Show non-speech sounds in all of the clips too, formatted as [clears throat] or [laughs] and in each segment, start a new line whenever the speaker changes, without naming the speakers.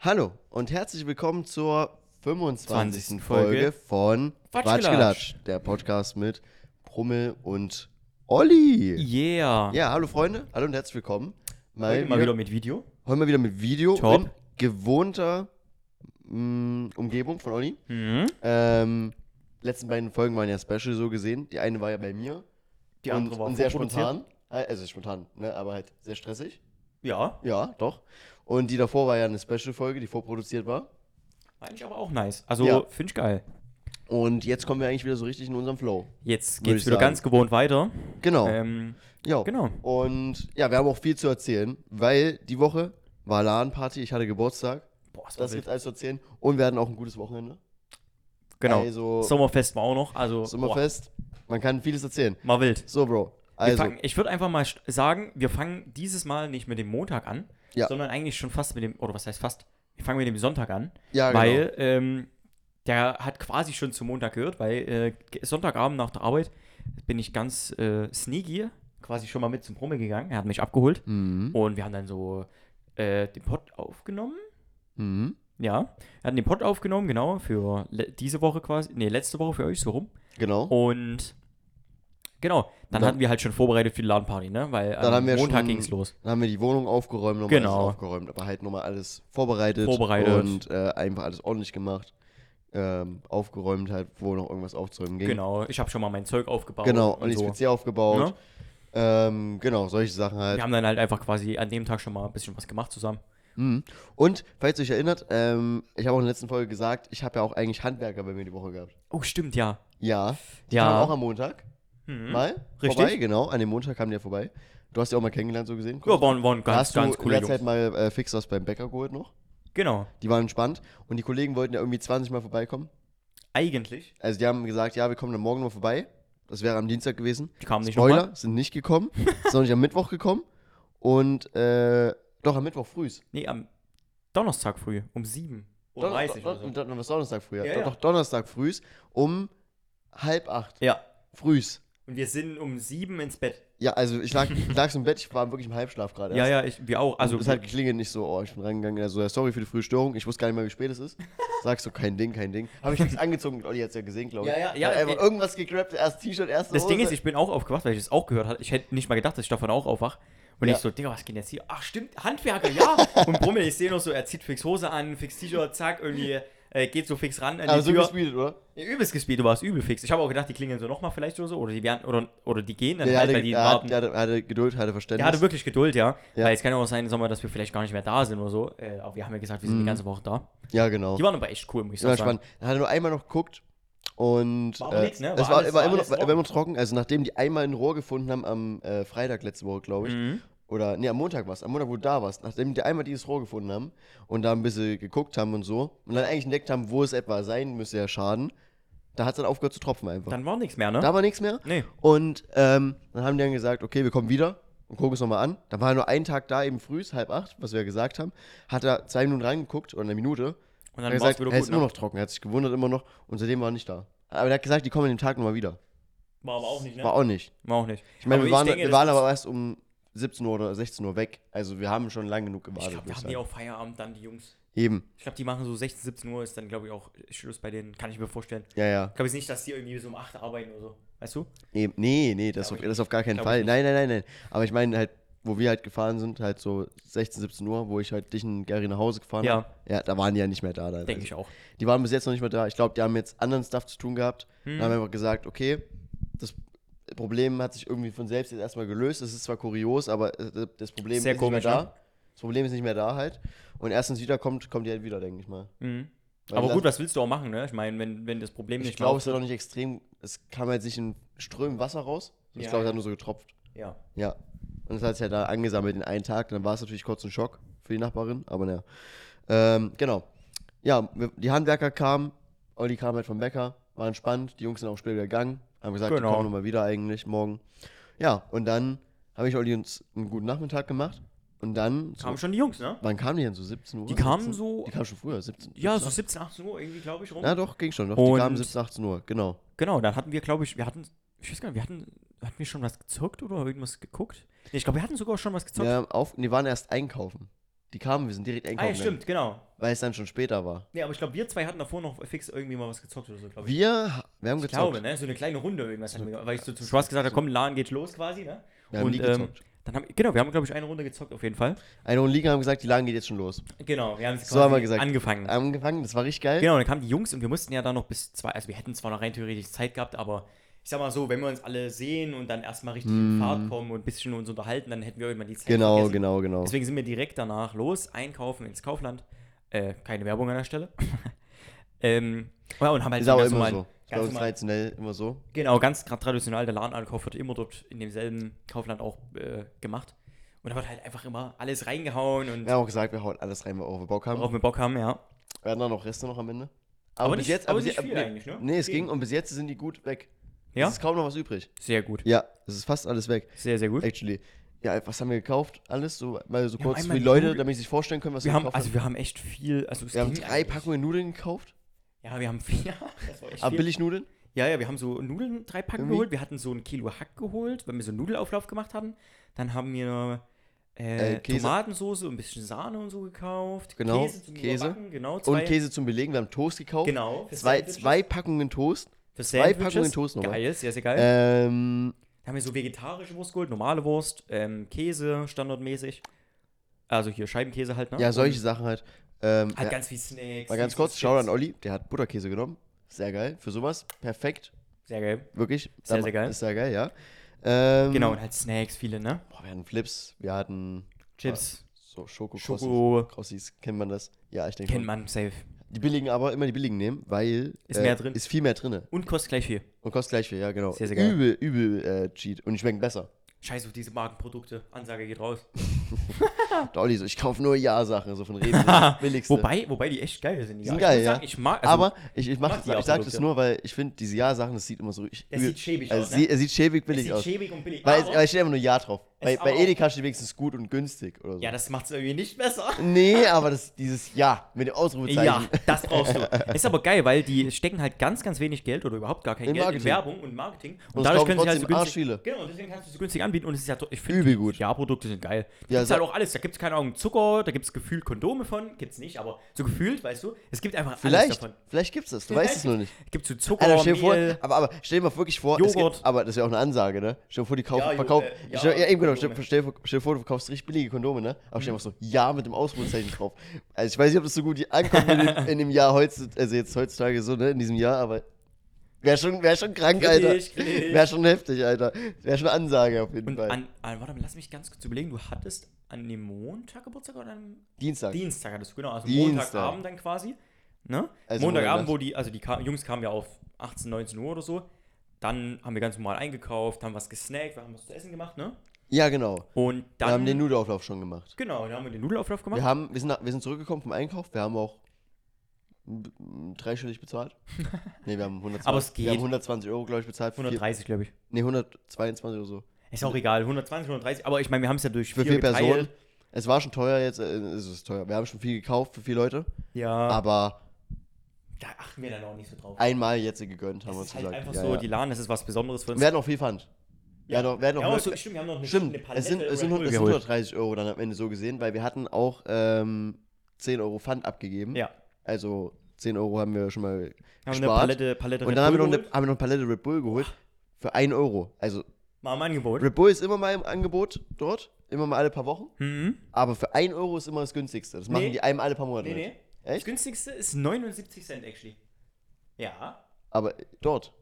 Hallo und herzlich willkommen zur 25.
20.
Folge
Folge
von
Quatschgelatsch.
Quatschgelatsch, der Podcast mit Brummel und Olli.
Yeah.
Ja, hallo Freunde, hallo und herzlich willkommen. Mal
Heute mal wieder mit Video.
heute mal wieder mit Video
Top.
in gewohnter mm, Umgebung von Olli.
Mhm.
Ähm, letzten beiden Folgen waren ja Special so gesehen. Die eine war ja bei mir
Die
und,
andere war
und sehr
vorproduziert.
spontan. Also spontan, ne, aber halt sehr stressig.
Ja,
Ja, doch. Und die davor war ja eine Special-Folge, die vorproduziert war.
eigentlich aber auch nice. Also,
Ja.
finde ich geil.
Und jetzt kommen wir eigentlich wieder so richtig in unserem Flow.
Jetzt
Würde
geht's
ich
wieder
sagen.
ganz gewohnt weiter.
Genau.
Ähm,
ja.
genau.
Und ja, wir haben auch viel zu erzählen, weil die Woche war LAN-Party, ich hatte Geburtstag.
boah, ist
Das
das
gibt
wild.
alles zu erzählen. Und wir hatten auch ein gutes Wochenende.
Genau.
also-
Sommerfest war auch noch. Also,
Sommerfest. Man kann vieles erzählen.
Boah, mal wild.
So, Bro.
Wir
Also,
fangen, ich würde einfach mal st- sagen, wir fangen dieses Mal nicht mit dem Montag an,
Ja.
sondern eigentlich schon fast mit dem, oder was heißt fast, wir fangen mit dem Sonntag an,
ja, genau.
weil ähm, der hat quasi schon zum Montag gehört, weil äh, ge- Sonntagabend nach der Arbeit bin ich ganz äh, sneaky quasi schon mal mit zum Brummel gegangen, er hat mich abgeholt
Mhm.
Und wir haben dann so äh, den Pod aufgenommen.
Mhm.
Ja, wir hatten den Pod aufgenommen, genau, für le- diese Woche quasi, nee, letzte Woche für euch so rum.
Genau.
Oh, Und genau, dann
Ja.
hatten wir halt schon vorbereitet für die LAN-Party, ne? Weil
Dann haben wir
Montag
schon-
ging's los.
Dann haben wir die Wohnung aufgeräumt, nochmal
Genau.
alles aufgeräumt, aber halt nochmal alles vorbereitet,
Vorbereitet.
und äh, einfach alles ordentlich gemacht, ähm, aufgeräumt halt, wo noch irgendwas aufzuräumen ging.
Genau, ich habe schon mal mein Zeug aufgebaut.
Genau, und
und
die
so. Ne?
PC aufgebaut. Ähm, genau, solche Sachen halt.
Wir haben dann halt einfach quasi an dem Tag schon mal ein bisschen was gemacht zusammen.
Mhm. Und, falls ihr euch erinnert, ähm, ich habe auch in der letzten Folge gesagt, ich habe ja auch eigentlich Handwerker bei mir die Woche gehabt.
Oh, stimmt, ja.
Ja, die
Ja.
kamen auch am Montag
Mhm.
mal
Richtig.
vorbei, genau, an dem Montag kamen die ja vorbei. Du hast die auch mal kennengelernt, so gesehen.
Ja, waren, waren
Da
ganz,
hast du
ganz
in
coole
der
Jungs.
Zeit mal äh, fix was beim Bäcker geholt noch.
Genau,
Die waren entspannt und die Kollegen wollten ja irgendwie 20 Mal vorbeikommen.
eigentlich.
Also die haben gesagt, ja, wir kommen dann morgen noch vorbei. Das wäre am Dienstag gewesen.
Die kamen nicht nochmal.
Spoiler, sind nicht gekommen, sind auch nicht am Mittwoch gekommen. Und äh, doch am Mittwoch früh.
Nee, am Donnerstag früh, um 7. Oder 30 oder so.
Don, Don, was Donnerstag früher.
Ja,
doch,
ja.
doch Donnerstag früh um halb acht
Ja,
frühs.
Und wir sind um sieben ins Bett.
Ja, also ich lag, ich lag so im Bett, ich war wirklich im Halbschlaf gerade.
Ja,
erst.
ja, ich, wir auch. Also,
Also es hat geklingelt nicht so, oh, ich bin reingegangen, also ja, sorry für die frühe Störung, ich wusste gar nicht mehr, wie spät es ist. Sagst du, kein Ding, kein Ding. Habe ich nichts angezogen, Olli hat es ja gesehen, glaube ich.
Ja, ja, ja,
Hat einfach
ey.
irgendwas gegrabt, erst T-Shirt, erst
das Ding ist, ich bin auch aufgewacht, weil ich es auch gehört hatte. Ich hätte nicht mal gedacht, dass ich davon auch aufwach. Und
Ja.
ich so, Digga, was geht denn jetzt hier? Ach, stimmt, Handwerker, ja. Und Brummel, ich sehe noch so, er zieht fix Hose an, fix T-Shirt, zack, irgendwie äh, geht so fix ran an die
Aber so
Tür.
gespielt, oder?
Ja, übelst gespielt, du warst übel fix. Ich habe auch gedacht, die klingeln so nochmal vielleicht oder so. Oder die, werden, oder, oder die gehen dann
Der
halt,
hatte,
weil die
er
warten.
hat, der hatte, hatte Geduld, hatte
Der
Verständnis.
hatte wirklich Geduld, ja.
Ja.
Weil es kann ja auch sein, sag mal, dass wir vielleicht gar nicht mehr da sind oder so. Äh, aber wir haben ja gesagt, wir sind
Mhm.
die ganze Woche da.
ja, genau.
Die waren aber echt cool, muss ich
War
sagen.
spannend. Dann hat er nur einmal noch geguckt und
War aber
äh,
nix, ne? War
es war,
alles-
war,
war
immer noch,
alles
war
trocken.
immer noch trocken. Also nachdem die einmal ein Rohr gefunden haben am äh, Freitag letzte Woche, glaube ich.
Mhm.
Oder nee, am Montag war es, am Montag, wo du da warst, nachdem die einmal dieses Rohr gefunden haben und da ein bisschen geguckt haben und so und dann eigentlich entdeckt haben, wo es etwa sein müsste, der Schaden, da hat es dann aufgehört zu tropfen einfach.
Dann war nichts mehr, ne?
da war nichts mehr.
nee.
Und ähm, dann haben die dann gesagt, okay, wir kommen wieder und gucken es nochmal an. Dann war er nur einen Tag da, eben früh, halb acht, was wir ja gesagt haben. Hat er zwei Minuten reingeguckt oder eine Minute.
Und
Dann hat er
dann war es
gesagt,
wieder
er ist
gut.
immer
Ne?
noch trocken. Er hat sich gewundert immer noch und seitdem war er nicht da. Aber er hat gesagt, die kommen an dem Tag nochmal wieder.
War aber auch nicht, ne?
War auch nicht.
War auch nicht.
Ich meine,
Aber
wir waren,
denke,
wir
das
waren
ist-
aber erst um 17 Uhr oder 16 Uhr weg. Also wir haben schon lange genug gewartet.
Ich glaube,
muss
wir haben
sagen.
ja auch Feierabend dann, die Jungs.
eben,
Ich glaube, die machen so 16, 17 Uhr, ist dann, glaube ich, auch Schluss bei denen. Kann ich mir vorstellen.
ja, ja.
Ich glaube jetzt nicht, dass die irgendwie bis um 8 arbeiten oder so. Weißt du?
Eben. Nee, nee, das,
Glaub
auf,
ich
das auf gar keinen
Glaub ich
Fall.
nicht.
Nein, nein, nein, nein. Aber ich meine halt, wo wir halt gefahren sind, halt so 16, 17 Uhr, wo ich halt dich und Gary nach Hause gefahren
Ja.
habe. Ja, da waren die ja nicht mehr da. Dann.
Denke
also,
ich auch.
Die waren bis jetzt noch nicht mehr da. Ich glaube, die haben jetzt anderen Stuff zu tun gehabt.
Hm.
Dann haben wir einfach gesagt, okay, das Problem hat sich irgendwie von selbst jetzt erstmal gelöst. Es ist zwar kurios, aber äh, das Problem
Sehr
ist
komisch,
nicht mehr da.
ne?
Das Problem ist nicht mehr da halt. Und erstens wiederkommt, kommt die halt wieder, denke ich mal.
Mhm.
Weil
Aber
das-
gut, was willst du auch machen, ne? Ich meine, wenn, wenn das Problem
Ich
nicht
glaube,
mehr
es hat auch nicht extrem. Es kam halt nicht in Strömen Wasser raus. Ich
Ja.
glaube, es hat nur so getropft.
Ja.
Ja. Und das hat sich ja da angesammelt in einen Tag. Dann war es natürlich kurz ein Schock für die Nachbarin, aber naja. Ähm, genau. Ja, wir- die Handwerker kamen, Olli kam halt vom Bäcker, war entspannt, die Jungs sind auch spät wieder gegangen, haben gesagt,
Genau.
die kommen nochmal wieder eigentlich morgen. Ja, und dann habe ich Olli uns einen guten Nachmittag gemacht und dann. So,
Kamen schon die Jungs, ne?
wann kamen die denn? So 17 Uhr?
Die kamen
17?
so-
Die kamen schon früher, 17
Ja, so
17
17, 18 Uhr irgendwie, glaube ich, rum.
Ja, doch, ging schon. Doch, die
Und-
kamen 17, 18 Uhr, genau.
Genau, dann hatten wir, glaube ich, wir hatten, ich weiß gar nicht, wir hatten, hatten wir schon was gezockt oder irgendwas geguckt? Nee, ich glaube, wir hatten sogar schon was gezockt.
Wir, haben auf, nee, waren erst einkaufen. Die kamen, wir sind direkt
Ah,
einkaufen.
ja, stimmt, genau.
gegangen, Weil es dann schon später war.
Nee, aber ich glaube, wir zwei hatten davor noch fix irgendwie mal was gezockt oder so, glaube ich.
Wir, wir haben
Ich
gezockt.
glaube, ne? So eine kleine Runde irgendwas hatten wir gemacht, weil ich so zum Spaß gesagt habe, komm, Laden geht los quasi, ne?
Wir haben
und
nie
ähm,
gezockt.
dann haben genau, wir haben glaube ich eine Runde gezockt auf jeden Fall.
Eine und Liga haben gesagt, die Lagen geht jetzt schon los.
Genau, wir haben es
So haben wir gesagt. Äh,
angefangen.
Angefangen, das war richtig geil.
Hm. Genau, dann kamen die Jungs und wir mussten ja da noch bis zwei, also wir hätten zwar noch rein theoretisch Zeit gehabt, aber ich sag mal so, wenn wir uns alle sehen und dann erstmal richtig in Fahrt kommen und ein bisschen uns unterhalten, dann hätten wir irgendwann die Zeit
Mhm. Genau,
vergessen.
genau, genau.
Deswegen sind wir direkt danach los, einkaufen ins Kaufland. Äh, keine Werbung an der Stelle. [laughs] ähm, ja, und haben halt
Ist
so einen
aber
ganz
immer
normalen-
so. Ist Bei
ganz
uns
normalen-
traditionell immer so.
Genau, ganz grad traditionell. Der Ladenankauf wird immer dort in demselben Kaufland auch äh, gemacht. Und da wird halt einfach immer alles reingehauen und
Wir haben auch gesagt, wir hauen alles rein, worauf wir Bock haben.
worauf wir Bock haben, ja.
Wir hatten auch noch Reste noch am Ende.
Aber nicht- aber nicht
je-
viel
nee,
eigentlich, ne?
Nee, es
Ging.
ging und bis jetzt sind die gut weg.
Ja?
Es ist kaum noch was übrig.
Sehr gut.
Ja, es ist fast alles weg.
Sehr, sehr gut.
Actually. Ja, was haben wir gekauft? Alles so, mal so
Wir
kurz für
haben einmal
die Leute,
Nudeln-
damit sie sich vorstellen können, was wir,
wir haben,
gekauft
also
haben.
wir haben echt viel. Also es
Wir haben
ging
drei
eigentlich.
Packungen Nudeln gekauft.
[laughs]
Ah,
Ja, wir haben vier. Das war echt
Aber
viel.
billig Nudeln.
Ja, ja, wir haben so Nudeln drei Packen
Irgendwie.
geholt. Wir hatten so ein Kilo Hack geholt, weil wir so einen Nudelauflauf gemacht hatten. Dann haben wir äh,
Äh, Käse.
Tomatensoße und ein bisschen Sahne und so gekauft.
Genau,
Käse zum
Käse.
Überbacken, genau. Zwei,
Und Käse zum Belegen. Wir haben Toast gekauft.
Genau. für
Zwei,
Sandwiches.
zwei Packungen Toast.
Für
zwei
Sandwiches.
Packungen Toast nochmal.
Geil, sehr, sehr geil.
Ähm,
Da haben wir so vegetarische Wurst geholt, normale Wurst, ähm, Käse standardmäßig. Also hier Scheibenkäse halt, ne?
ja, solche
Und
Sachen halt. Ähm,
Halt
ja,
ganz viel Snacks.
mal ganz
süße
kurz,
Snacks.
Shoutout an Olli. Der hat Butterkäse genommen. Sehr geil. Für sowas. Perfekt.
Sehr geil.
Wirklich.
Sehr,
Da-
sehr geil.
Ist sehr geil, ja. Ähm,
Genau, und halt Snacks, viele, ne?
Boah, wir hatten Flips. Wir hatten ah,
Chips.
so Schoko
Schoko.
Crossis. Kennt man das? Ja, ich denke
Kennt
schon.
man, safe.
Die billigen aber, immer die billigen nehmen, weil. äh,
Ist mehr drin.
Ist viel mehr drin.
Und kostet gleich viel.
Und kostet gleich viel, ja, genau.
Sehr, sehr geil.
Übel, übel äh, Cheat. Und die schmecken besser.
Scheiß auf diese Markenprodukte. Ansage geht raus.
Der Olli so, ich kaufe nur Ja-Sachen, so
[laughs]
von Rewe. so das Billigste.
Wobei, wobei die echt geil sind.
Die sind geil,
ich muss
ja.
Sagen, ich mag, also,
aber ich, ich, mach,
mag die
ich sag das
Produkte.
nur, weil ich finde, diese Ja-Sachen, das sieht immer so richtig.
Das
übel-
sieht schäbig
also,
aus,
sie-
ne?
Es sieht schäbig
es
billig
sieht
aus.
schäbig und billig
weil, es,
aber-
weil es steht immer nur Ja drauf.
Es
Bei,
aber
bei
auch-
Edeka steht wenigstens gut und günstig oder so.
Ja, das macht es irgendwie nicht besser.
nee, aber das, dieses Ja mit dem Ausrufezeichen.
Ja, das brauchst du.
[laughs]
Ist aber geil, weil die stecken halt ganz, ganz wenig Geld oder überhaupt gar kein
In
Geld
Marketing.
in Werbung und Marketing. Und,
Und es
dadurch
kaufen
können sie halt so
trotzdem
günstig,
Arschviele.
Genau, und deswegen kannst du es so günstig anbieten und es ist ja to- ich find,
Übel
die
gut.
Ja-Produkte sind geil.
Ja,
Ja, gibt's
sa-
halt auch alles. Da gibt's keine Ahnung Zucker, da gibt's gefühlt Kondome von, gibt's nicht, aber so gefühlt, weißt du, es gibt einfach
[laughs]
alles
Vielleicht,
davon.
vielleicht gibt's das, du
Vielleicht
weißt es nur nicht.
Gibt's so Zucker,
Alter, stell dir vor,
Mehl,
aber, aber stell dir mal wirklich vor, es
Joghurt.
gibt, aber das ist ja auch eine Ansage, ne? Stell dir vor, die kaufen,
Ja, Jo-
verkaufen,
äh, ja,
stell, ja, eben genau, stell,
Kondome.
stell, dir vor- stell dir vor, du verkaufst richtig billige Kondome, ne? Aber stell dir mal so, ja, mit dem Ausrufezeichen drauf. Also ich weiß nicht, ob das so gut ankommt in,
[laughs]
dem- in dem Jahr heutzutage, also jetzt heutzutage so, ne, in diesem Jahr, aber wäre schon, wär schon krank,
Kritisch,
Alter.
kritisch.
Wäre schon heftig, Alter. Wäre schon eine Ansage auf jeden
und
Fall.
an, an, warte mal, lass mich ganz kurz überlegen, du hattest an dem Montag Geburtstag oder an einem
Dienstag.
Dienstag hattest du, genau. Also
Dienstag.
Montagabend dann quasi. Ne?
Also
Montagabend,
Montagnacht.
wo die, also die ka Jungs kamen ja auf 18, 19 Uhr oder so. Dann haben wir ganz normal eingekauft, haben was gesnackt, haben was zu essen gemacht, ne?
ja, genau.
Und dann.
Wir haben den Nudelauflauf schon gemacht.
genau, dann haben wir den Nudelauflauf gemacht.
Wir, haben, wir, sind, nach- wir sind zurückgekommen vom Einkauf, wir haben auch mm, dreistellig
[laughs]
bezahlt. Ne, wir haben 120,
Aber es
Wir haben
geht.
120 Euro, glaube ich, bezahlt. Für vier,
130, glaube ich.
nee, 122 oder so.
Ist auch egal, 120, 130. Aber ich meine, wir haben es ja durch
Für
vier,
vier Personen.
geteilt.
Es war schon teuer jetzt, äh, es ist teuer. Wir haben schon viel gekauft für vier Leute,
Ja,
aber
da achten wir dann auch nicht so drauf.
einmal jetzt gegönnt, haben wir
Das
uns
ist halt
gesagt.
einfach
ja,
so,
ja.
die LAN, das ist was Besonderes für uns.
wir hatten auch viel Pfand. Ja, doch, wir hatten auch
ja,
Leute-
aber so, stimmt, wir haben noch eine,
Stimmt,
eine Palette
es sind, es sind, also
Red Bull
es sind
geholt.
130 Euro dann am Ende so gesehen, weil wir hatten auch ähm, 10 Euro Pfand abgegeben.
Ja,
Also 10 Euro haben wir schon mal
haben wir eine
gespart.
Palette, Palette
Und
Red
dann haben wir,
Bull
noch eine,
geholt.
haben wir noch eine Palette Red Bull geholt. Für 1 Euro. Also
Mal im Angebot.
Red Bull ist immer mal im Angebot dort. Immer mal alle paar Wochen.
Mhm.
Aber für 1 Euro ist immer das günstigste. Das machen
Nee.
die einem alle paar Monate.
Nee,
mit.
nee. Das
Echt?
günstigste ist 79 Cent, actually. Ja.
Aber äh, dort.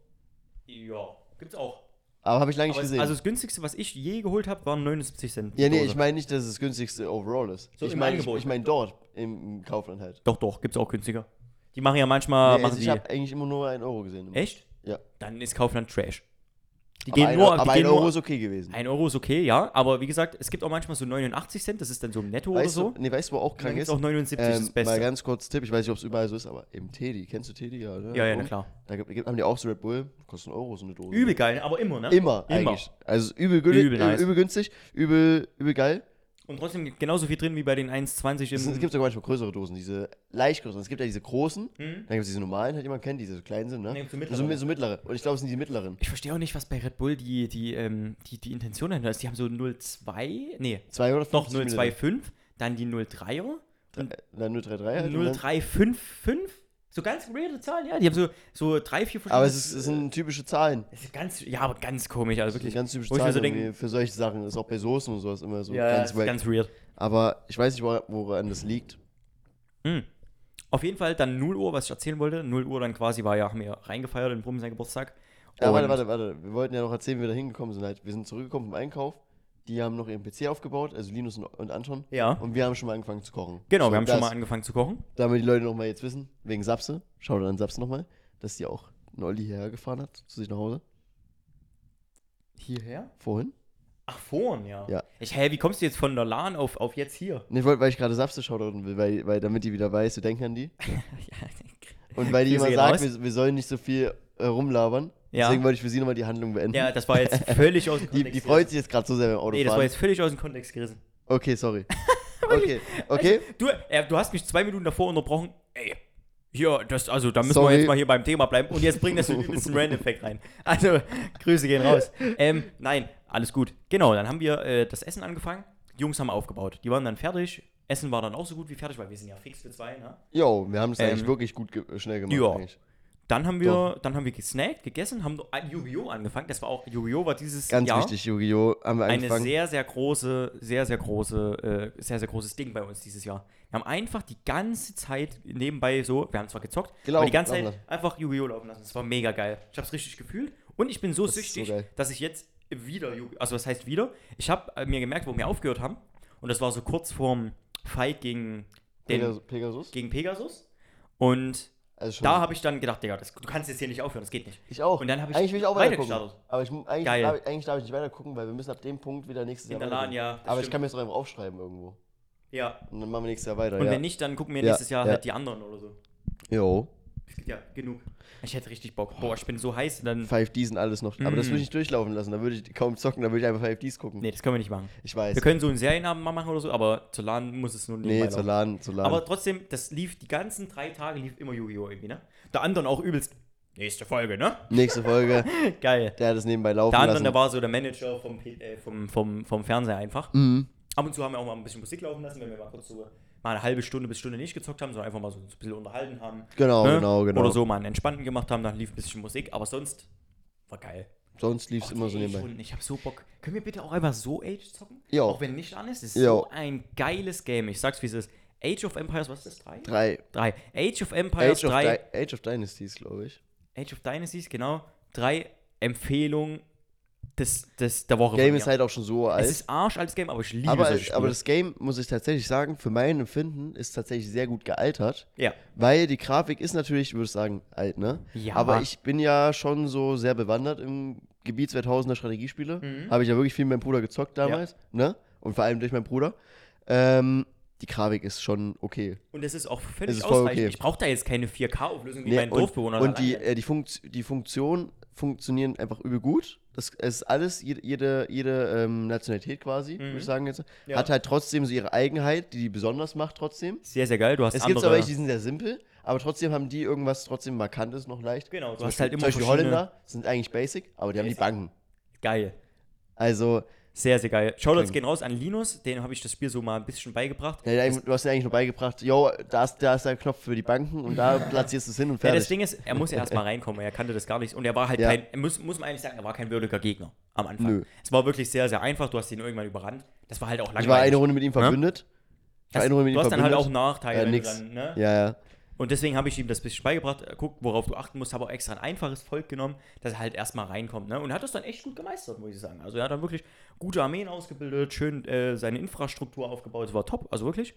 Ja. Gibt's auch.
Aber habe ich lange nicht
Aber es,
gesehen.
also das günstigste, was ich je geholt habe, waren 79 Cent.
ja, nee,
Dose.
ich meine nicht, dass es das günstigste overall ist.
So
ich
im
meine ich,
Angebot.
ich mein dort im, im Kaufland halt.
Doch, doch, gibt's auch günstiger. Die machen ja manchmal.
Nee,
Ah, machen
also ich
die,
habe eigentlich immer nur 1 Euro gesehen.
echt?
Ja.
Dann ist Kaufland Trash. Die
Aber
gehen
ein
nur.
Euro, aber
die
ein
gehen
Euro
nur
ist okay gewesen.
1 Euro ist okay, ja. Aber wie gesagt, es gibt auch manchmal so 89 Cent, das ist dann so im Netto
Weißt
oder so.
du, nee, weißt du, wo auch
dann
krank
gibt's
ist?
auch 79
Ähm,
das Beste.
Mal ganz kurz Tipp, ich weiß nicht, ob es überall so ist, aber im Teddy, kennst du Teddy? Ja, ne?
ja, ja, na
Um.
klar.
Da gibt, gibt- haben die auch so Red Bull, kostet einen Euro so eine Dose.
Übel geil, aber immer, ne?
Immer,
Immer.
eigentlich. Also übel, günstig,
Übel
übel,
nice.
übel günstig, übel, übel geil.
Und trotzdem genauso viel drin wie bei den 1,20
Es, es
im.
gibt sogar manchmal größere Dosen, diese leicht größeren. Es gibt ja diese großen, dann
Hm?
gibt es diese normalen, halt jemand kennt, die so klein sind, ne?
Nee, so
Und
mittlere.
So, so mittlere. Und ich glaube, es sind die mittleren.
Ich verstehe auch nicht, was bei Red Bull die, die, ähm, die, die Intention dahinter ist. Die haben so 0,2, nee, doch
250 Milliliter.
0,25, dann die 03er,
Dann nur 3-3 halt. und dann-
0355. So ganz weirde Zahlen, ja. Die haben so, so drei, vier verschiedene.
Aber es, ist, es sind typische Zahlen.
es ist ganz, ja, aber ganz komisch, also
Wirklich
wirklich.
ganz typische
Wo ich mir
Zahlen
so denke-
irgendwie für solche Sachen. Ist auch bei Soßen und sowas immer so
ja,
ganz
ganz,
wack.
ganz weird.
Aber ich weiß nicht, wora- woran das liegt.
Hm. Auf jeden Fall dann 0 Uhr, was ich erzählen wollte. 0 Uhr dann quasi war ja, haben wir reingefeiert in Brummen sein Geburtstag.
Ja, warte,
Und-
warte, warte. Wir wollten ja noch erzählen, wie wir da hingekommen sind. Halt. Wir sind zurückgekommen vom Einkauf. Die haben noch ihren PC aufgebaut, also Linus und, und Anton.
Ja.
Und wir haben schon mal angefangen zu kochen.
Genau,
So,
wir haben schon
das-
mal angefangen zu kochen.
Damit die Leute nochmal jetzt wissen, wegen Sapse, schaut an Sapse nochmal, dass die auch einen Olli hierher gefahren hat, zu sich nach Hause.
Hierher?
Vorhin.
Ach, vorn, ja.
Ja.
Ich, hä, wie kommst du jetzt von der LAN auf, auf jetzt hier?
Ne, weil weil ich gerade Sapse shoutouten will, weil, weil damit die wieder weiß, wir denken an die. [laughs] Und
[laughs]
weil die
Grüße
immer
gehen
sagt,
raus.
wir, wir sollen nicht so viel äh, rumlabern.
Ja.
Deswegen wollte ich für sie nochmal die Handlung beenden.
Ja, das
[laughs]
war jetzt völlig aus dem
die,
Kontext.
die freut sich jetzt gerade so sehr beim
Nee, das war
Autofahren.
jetzt völlig aus dem Kontext gerissen.
okay,
[laughs]
sorry. okay, okay.
Du, äh, du hast mich zwei Minuten davor unterbrochen. Ey, ja, das, also da müssen
Sorry.
wir jetzt mal hier beim Thema bleiben. Und jetzt bringen das so einen
[laughs]
übelsten Random-Fact rein. Also, Grüße gehen raus. Ähm, nein, alles gut. Genau, dann haben wir äh, das Essen angefangen. Die Jungs haben aufgebaut. Die waren dann fertig. Essen war dann auch so gut wie fertig, weil wir sind ja fix für zwei, ne?
Jo, wir haben es eigentlich
Ähm,
wirklich gut ge schnell gemacht.
ja.
Eigentlich.
Dann haben wir, dann haben wir gesnackt, gegessen, haben noch- äh, Yu-Gi-Oh! angefangen. Das war auch, Yu-Gi-Oh! war dieses
Ganz
Jahr
wichtig, Yu-Gi-Oh! haben wir
eine
angefangen.
sehr, sehr große, sehr, sehr große, äh, sehr, sehr großes Ding bei uns dieses Jahr. Wir haben einfach die ganze Zeit nebenbei so, wir haben zwar gezockt, aber
Gelaufen,
die ganze Zeit
Genau, laufen
einfach Yu-Gi-Oh! laufen lassen. Das war mega geil. Ich hab's richtig gefühlt und ich bin so
ist
süchtig,
so geil.
dass ich jetzt wieder Yu-Gi-Oh! Also was heißt wieder? Ich habe äh, mir gemerkt, wo wir aufgehört haben und das war so kurz vorm Fight gegen, den,
Pegas Pegasus?
gegen Pegasus und
Also schon
da habe ich dann gedacht, Digga, das, du kannst jetzt hier nicht aufhören, das geht nicht.
ich auch.
und dann hab ich
eigentlich will ich auch
weiter
weitergucken.
gestartet.
Aber ich, mu- eigentlich,
Geil.
darf ich, eigentlich darf ich nicht weitergucken, weil wir müssen ab dem Punkt wieder nächstes Jahr.
In der LAN,
weitergucken.
ja, das
Aber ich
stimmt.
kann mir das doch einfach aufschreiben irgendwo.
Ja.
Und dann machen wir nächstes Jahr weiter.
Und
ja.
wenn nicht, dann gucken wir
Ja,
nächstes Jahr
ja.
halt die anderen oder so.
Jo.
Es gibt ja genug. Ich hätte richtig Bock. Boah, ich bin so heiß. Dann
5Ds und alles noch. Aber das
Mm.
würde ich nicht durchlaufen lassen. Da würde ich kaum zocken, da würde ich einfach 5Ds gucken.
nee, das können wir nicht machen.
Ich weiß.
Wir können so einen Serienabend mal machen oder so, aber zur LAN muss es nur
nee,
nebenbei
zu
laufen.
laden, zu laden.
Aber trotzdem, das lief die ganzen drei Tage lief immer Yu-Gi-Oh! irgendwie, ne? Der anderen auch übelst. Nächste Folge,
[laughs]
ne?
Nächste Folge,
Geil.
der hat es nebenbei laufen
Der andere,
lassen.
der war so der Manager vom, P- äh, vom, vom, vom Fernseher einfach.
Mhm.
Ab und zu haben wir auch mal ein bisschen Musik laufen lassen, wenn wir mal kurz so mal eine halbe Stunde bis Stunde nicht gezockt haben, sondern einfach mal so ein bisschen unterhalten haben.
Genau,
ne?
genau, genau.
Oder so mal einen entspannten gemacht haben, dann lief ein bisschen Musik, aber sonst war geil.
Sonst lief es
Och,
immer
die
so nebenbei.
Age-Runden, Oh, Ich habe so Bock. Können wir bitte auch einfach so Age zocken?
Jo.
Auch wenn nicht an ist. Es ist
Jo.
so ein geiles Game. Ich sag's, wie es ist. Age of Empires, was ist das? Drei?
Drei.
Drei. Age of Empires
Age of,
drei.
Di Age of Dynasties, glaube ich.
Age of Dynasties, genau. Drei Empfehlungen des, des, der Woche.
Game
von
ist
mir.
halt auch schon so alt.
es ist Arsch als Game, aber ich liebe
aber,
solche
aber
Spiele.
das Game, muss ich tatsächlich sagen, für mein Empfinden ist tatsächlich sehr gut gealtert.
Ja.
Weil die Grafik ist natürlich, würde ich sagen, alt, ne?
Ja.
Aber ich bin ja schon so sehr bewandert im Gebiet 2000er Strategiespiele.
Mhm.
Habe ich ja wirklich viel mit meinem Bruder gezockt damals, ne? Und vor allem durch meinen Bruder. Ähm, die Grafik ist schon okay.
Und es ist auch
Es
völlig
ist voll
ausreichend.
okay.
Ich brauche da jetzt keine 4K-Auflösung wie
Nee,
mein
und
Dorfbewohner.
und die,
alleine.
äh, die, Funkt die Funktionen funktionieren einfach übel gut. Das, es ist alles, jede, jede, jede ähm, Nationalität quasi, würde ich sagen jetzt,
Mhm. Ja.
hat halt trotzdem so ihre Eigenheit, die die besonders macht trotzdem.
Sehr, sehr geil. Du hast
Es gibt
andere...
aber welche, die sind sehr simpel, aber trotzdem haben die irgendwas trotzdem Markantes noch leicht.
Genau, du
zum
hast
Beispiel,
halt immer
zum Beispiel
verschiedene-
Holländer sind eigentlich basic, aber die haben die
Basic.
Banken.
geil.
Also,
Sehr, sehr geil. Shoutouts
Klingt-
gehen raus an Linus. Den habe ich das Spiel so mal ein bisschen beigebracht.
ja, der- du hast ja eigentlich nur beigebracht, yo, da ist, da ist der Knopf für die Banken und
[laughs]
da platzierst du es hin und
Ja, das
fertig.
Ding ist, er muss
[laughs]
ja erstmal reinkommen, er kannte das gar nicht. Und er war halt
Ja.
kein, er muss, muss man eigentlich sagen, er war kein würdiger Gegner am Anfang.
Nö.
Es war wirklich sehr, sehr einfach, du hast ihn irgendwann überrannt. Das war halt auch langweilig.
ich war eine Runde mit ihm verbündet. Ich war
das,
eine Runde mit
Du
ihm
hast dann halt auch
verbündet.
Nachteile.
Ja,
wenn du
nix.
Dann, ne?
Ja, ja.
Und deswegen habe ich ihm das bisschen beigebracht, äh, guck, worauf du achten musst, habe auch extra ein einfaches Volk genommen, dass er halt erstmal reinkommt. Ne? Und er hat das dann echt gut gemeistert, muss ich sagen. Also er hat dann wirklich gute Armeen ausgebildet, schön äh, seine Infrastruktur aufgebaut, es war top, also wirklich.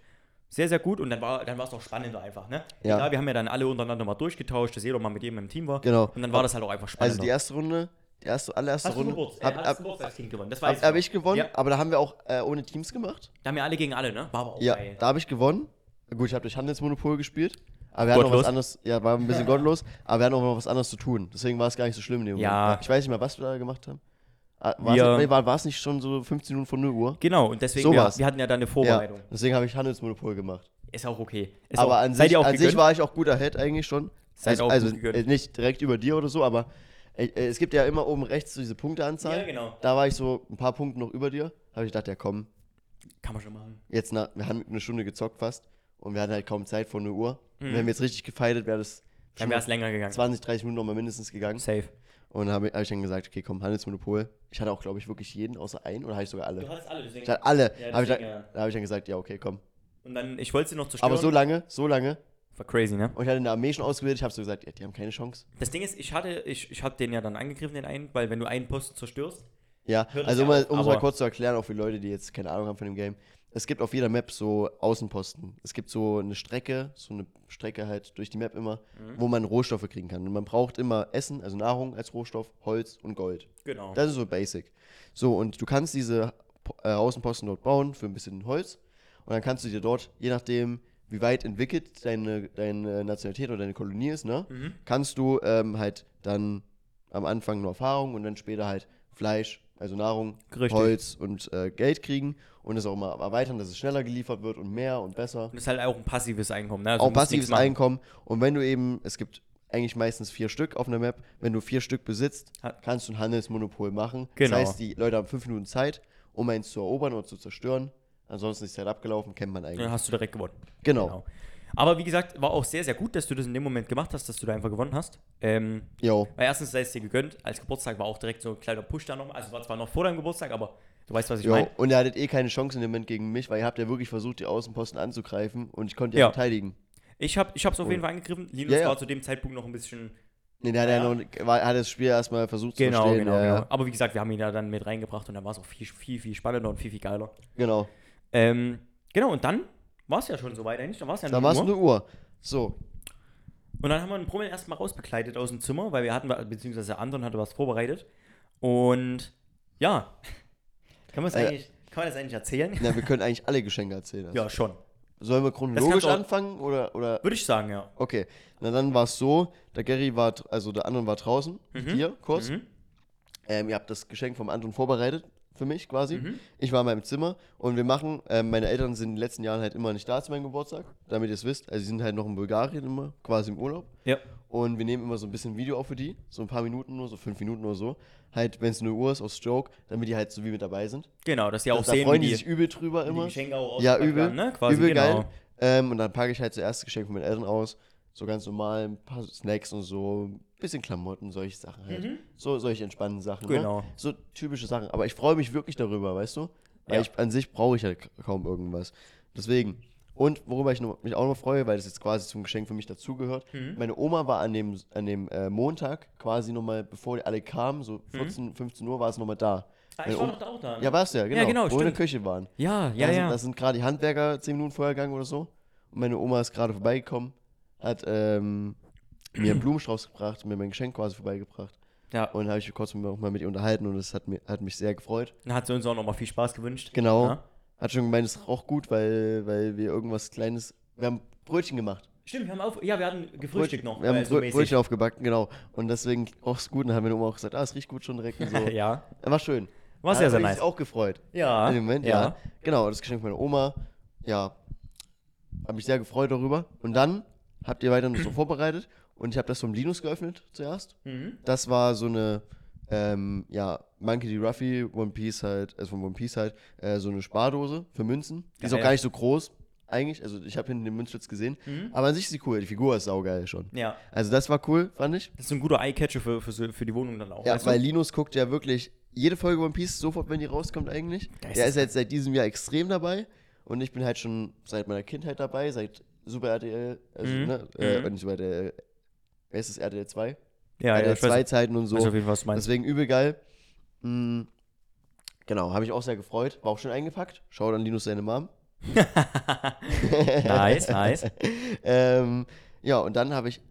Sehr, sehr gut und dann war dann war es auch spannender einfach, ne?
Ja.
Egal, wir haben ja dann alle untereinander mal durchgetauscht, dass jeder mal mit jedem im Team war.
Genau.
Und dann war das halt auch einfach spannender.
Also die erste Runde, die erste, allererste
Hast du
Runde.
Geburts- äh,
Hab,
hast
hab,
du Geburtstagskind gewonnen? Das
hab,
weiß
hab
ich
ich
noch.
gewonnen,
Ja.
aber da haben wir auch äh, ohne Teams gemacht.
Da haben wir alle gegen alle, ne? War aber auch
Ja,
geil.
da habe ich gewonnen. Gut, ich habe durch Handelsmonopol gespielt. Aber wir hatten noch
Gottlos.
was anderes, ja, war ein bisschen
[laughs]
gottlos, aber wir hatten auch noch was anderes zu tun. Deswegen war es gar nicht so schlimm in dem
Ja.
Moment. Ich weiß nicht mehr, was wir da gemacht haben. Ah, War
Wir-
es, nee, war, war es nicht schon so 15 Minuten vor 0 Uhr?
Genau, und deswegen,
So
wir,
war's.
wir hatten ja dann eine
Ja,
Vorbereitung.
deswegen habe ich Handelsmonopol gemacht.
Ist auch okay. Ist
aber
auch,
an
seid
sich,
ihr auch
an sich
gegönnt?
war ich auch gut ahead eigentlich schon.
Seid
also
auch
also
gut gegönnt.
äh, nicht direkt über dir oder so, aber äh, äh, es gibt ja immer oben rechts so diese Punkteanzahl.
Ja, genau.
Da war ich so ein paar Punkte noch über dir. Habe ich gedacht, ja komm,
Kann man schon machen.
Jetzt nach, wir haben eine Stunde gezockt fast und wir hatten halt kaum Zeit vor einer Uhr. Und Wenn wir jetzt richtig gefeitet, wäre das
Mhm. Dann
schon
wäre es länger gegangen.
20, 30 Minuten nochmal mindestens gegangen.
Safe.
Und habe hab ich dann gesagt, okay, komm, Handelsmonopol. Ich hatte auch, glaube ich, wirklich jeden außer einen oder hatte ich sogar alle?
hattest alle, deswegen.
Ich hatte alle.
Ja,
hab ich dann,
deswegen, ja.
Da habe ich dann gesagt, ja, okay, komm.
Und dann, ich wollte sie noch zerstören.
Aber so lange, so lange.
War crazy, ne?
Und ich hatte eine Armee schon ausgebildet. Ich habe so gesagt, ja, die haben keine Chance.
Das Ding ist, ich hatte, ich, ich hab den ja dann angegriffen, den einen, weil wenn du einen Posten zerstörst,
Ja,
Hört
also um
sich
mal-
auf,
um es mal
aber-
kurz zu erklären, auch für Leute, die jetzt keine Ahnung haben von dem Game. Es gibt auf jeder Map so Außenposten. Es gibt so eine Strecke, so eine Strecke halt durch die Map immer, wo man Rohstoffe kriegen kann. Und man braucht immer Essen, also Nahrung als Rohstoff, Holz und Gold.
genau.
Das ist so basic. So, und du kannst diese Po- äh, Außenposten dort bauen für ein bisschen Holz. Und dann kannst du dir dort, je nachdem, wie weit entwickelt deine, deine Nationalität oder deine Kolonie ist, ne,
Mhm.
kannst du ähm, halt dann am Anfang nur Erfahrung und dann später halt Fleisch, also Nahrung,
Richtig.
Holz und äh, Geld kriegen und es auch mal erweitern, dass es schneller geliefert wird und mehr und besser.
Und ist halt auch ein passives Einkommen, ne? Also
auch
du musst nichts
passives
machen.
Einkommen. Und wenn du eben, es gibt eigentlich meistens vier Stück auf einer Map, wenn du vier Stück besitzt,
Hat-
kannst du ein Handelsmonopol machen.
Genau.
Das heißt, die Leute haben fünf Minuten Zeit, um eins zu erobern oder zu zerstören. Ansonsten ist die Zeit abgelaufen, kennt man eigentlich.
Dann hast du direkt gewonnen.
Genau.
Genau. Aber wie gesagt, war auch sehr, sehr gut, dass du das in dem Moment gemacht hast, dass du da einfach gewonnen hast. Ähm,
Jo.
weil erstens sei es dir gegönnt, als Geburtstag war auch direkt so ein kleiner Push da nochmal. Also war zwar noch vor deinem Geburtstag, aber du weißt, was ich
Jo.
meine.
Und ihr hattet eh keine Chance in dem Moment gegen mich, weil ihr habt ja wirklich versucht, die Außenposten anzugreifen und ich konnte ja,
Ja.
verteidigen.
Ich habe ich hab's auf jeden Fall angegriffen. Linus
Ja, ja.
war zu dem Zeitpunkt noch ein bisschen.
Nee, der hat ja,
Ja.
noch, war, hat das Spiel erstmal versucht
Genau,
zu verstehen.
genau,
ja,
genau.
ja.
Aber wie gesagt, wir haben ihn da dann mit reingebracht und dann war es auch viel, viel, viel spannender und viel, viel geiler.
genau.
Ähm, genau, und dann war es ja schon soweit eigentlich. Dann war es ja
Da
nur
war es eine Uhr. So,
Und dann haben wir einen Brummel erstmal rausbekleidet aus dem Zimmer, weil wir hatten, beziehungsweise der Anton hatte was vorbereitet. Und ja, [laughs] kann man das,
Äh,
eigentlich, kann man das eigentlich erzählen?
na, wir können eigentlich alle Geschenke erzählen.
[laughs] Ja, schon.
Sollen wir chronologisch
kannst du auch-
anfangen oder, oder
Würde ich sagen, ja.
Okay, na dann war es so, der Gary war, dr- also der Anton war draußen, mit dir kurz.
Mhm.
Ähm, ihr habt das Geschenk vom Anton vorbereitet, für mich quasi.
Mhm.
Ich war in meinem Zimmer und wir machen, ähm, meine Eltern sind in den letzten Jahren halt immer nicht da zu meinem Geburtstag, damit ihr es wisst. Also sie sind halt noch in Bulgarien immer, quasi im Urlaub.
Ja.
Und wir nehmen immer so ein bisschen Video auf für die, so ein paar Minuten nur, so fünf Minuten oder so. Halt, wenn es eine Uhr ist, aus Joke, damit die halt so wie mit dabei sind.
Genau, dass die auch
da
sehen,
freuen
wie
die
die-
sich übel drüber
wie die
immer.
Geschenke auch
Ja,
ausgepackt
übel.
werden, ne? Quasi,
übel
genau.
geil. Ähm, und dann packe ich halt zuerst Geschenk von meinen Eltern aus. So ganz normal, ein paar Snacks und so, ein bisschen Klamotten, solche Sachen halt. So, solche entspannten Sachen.
Mhm. Genau.
Ne? So typische Sachen. Aber ich freue mich wirklich darüber, weißt du? Weil
Ja.
ich an sich brauche ich ja k- kaum irgendwas. Deswegen. Und worüber ich noch, mich auch noch freue, weil das jetzt quasi zum Geschenk für mich dazugehört.
Mhm.
Meine Oma war an dem, an dem äh, Montag quasi nochmal, bevor alle kamen, so 14, 15 Uhr, war es nochmal da.
Mhm. Ah,
Meine
ich war
Oma-
doch da auch da.
Ja, warst du ja, genau. wo
genau,
wir in der
stimmt.
Küche waren.
ja, ja,
Da sind,
ja.
da sind gerade die Handwerker zehn Minuten vorher gegangen oder so. Und meine Oma ist gerade vorbeigekommen, hat ähm, mir einen Blumenstrauß gebracht und mir mein Geschenk quasi vorbeigebracht.
ja.
Und habe ich kurz mit, auch mal mit ihr unterhalten und das hat, mir, hat mich sehr gefreut.
Dann hat sie uns auch nochmal viel Spaß gewünscht.
Genau.
Ja.
Hat schon gemeint, es ist auch gut, weil, weil wir irgendwas Kleines. Wir haben Brötchen gemacht.
Stimmt, wir haben auf. Ja, wir hatten gefrühstückt noch.
Wir haben
äh, so
Brö-
mäßig.
Brötchen aufgebacken, genau. Und deswegen auch es gut. Und dann haben meine Oma auch gesagt, ah, es riecht gut schon direkt. Und so.
[laughs] ja.
War schön.
War
Hat
sehr, sehr
mich
nice.
auch gefreut.
Ah, Ja.
In dem Moment, ja. Genau, das Geschenk meiner Oma. Ja. Habe mich sehr gefreut darüber. Und dann habt ihr weiter noch so vorbereitet. Und ich habe das vom Linus geöffnet zuerst.
Mhm.
Das war so eine, ähm, ja, Monkey D. Ruffy, One Piece halt, also von One Piece halt, äh, so eine Spardose für Münzen. Die ist auch
Geil.
gar nicht so groß, eigentlich. Also ich habe hinten den Münzschlitz gesehen. Aber an sich ist sie cool. Die Figur ist saugeil schon.
Ja.
Also das war cool, fand ich.
Das ist ein guter Eye-Catcher für, für, so- für die Wohnung dann auch.
Ja,
weißt du?
weil Linus guckt ja wirklich jede Folge One Piece sofort, wenn die rauskommt eigentlich.
Geisteskrank.
Er ist halt seit diesem Jahr extrem dabei und ich bin halt schon seit meiner Kindheit dabei, seit Super RTL, also,
Mhm.
ne, äh,
Mhm.
nicht Super RTL, wer ist das RTL 2?
ja, ja,
RTL
ich weiß,
2 Äh, Zeiten und so.
weiß auf jeden Fall, was du meinst.
Deswegen übel geil. Mhm. Genau, habe ich auch sehr gefreut, war auch schön eingepackt. Schaut an Linus seine Mom.
[laughs] Nice, nice.
[laughs] ähm, ja, und dann habe ich,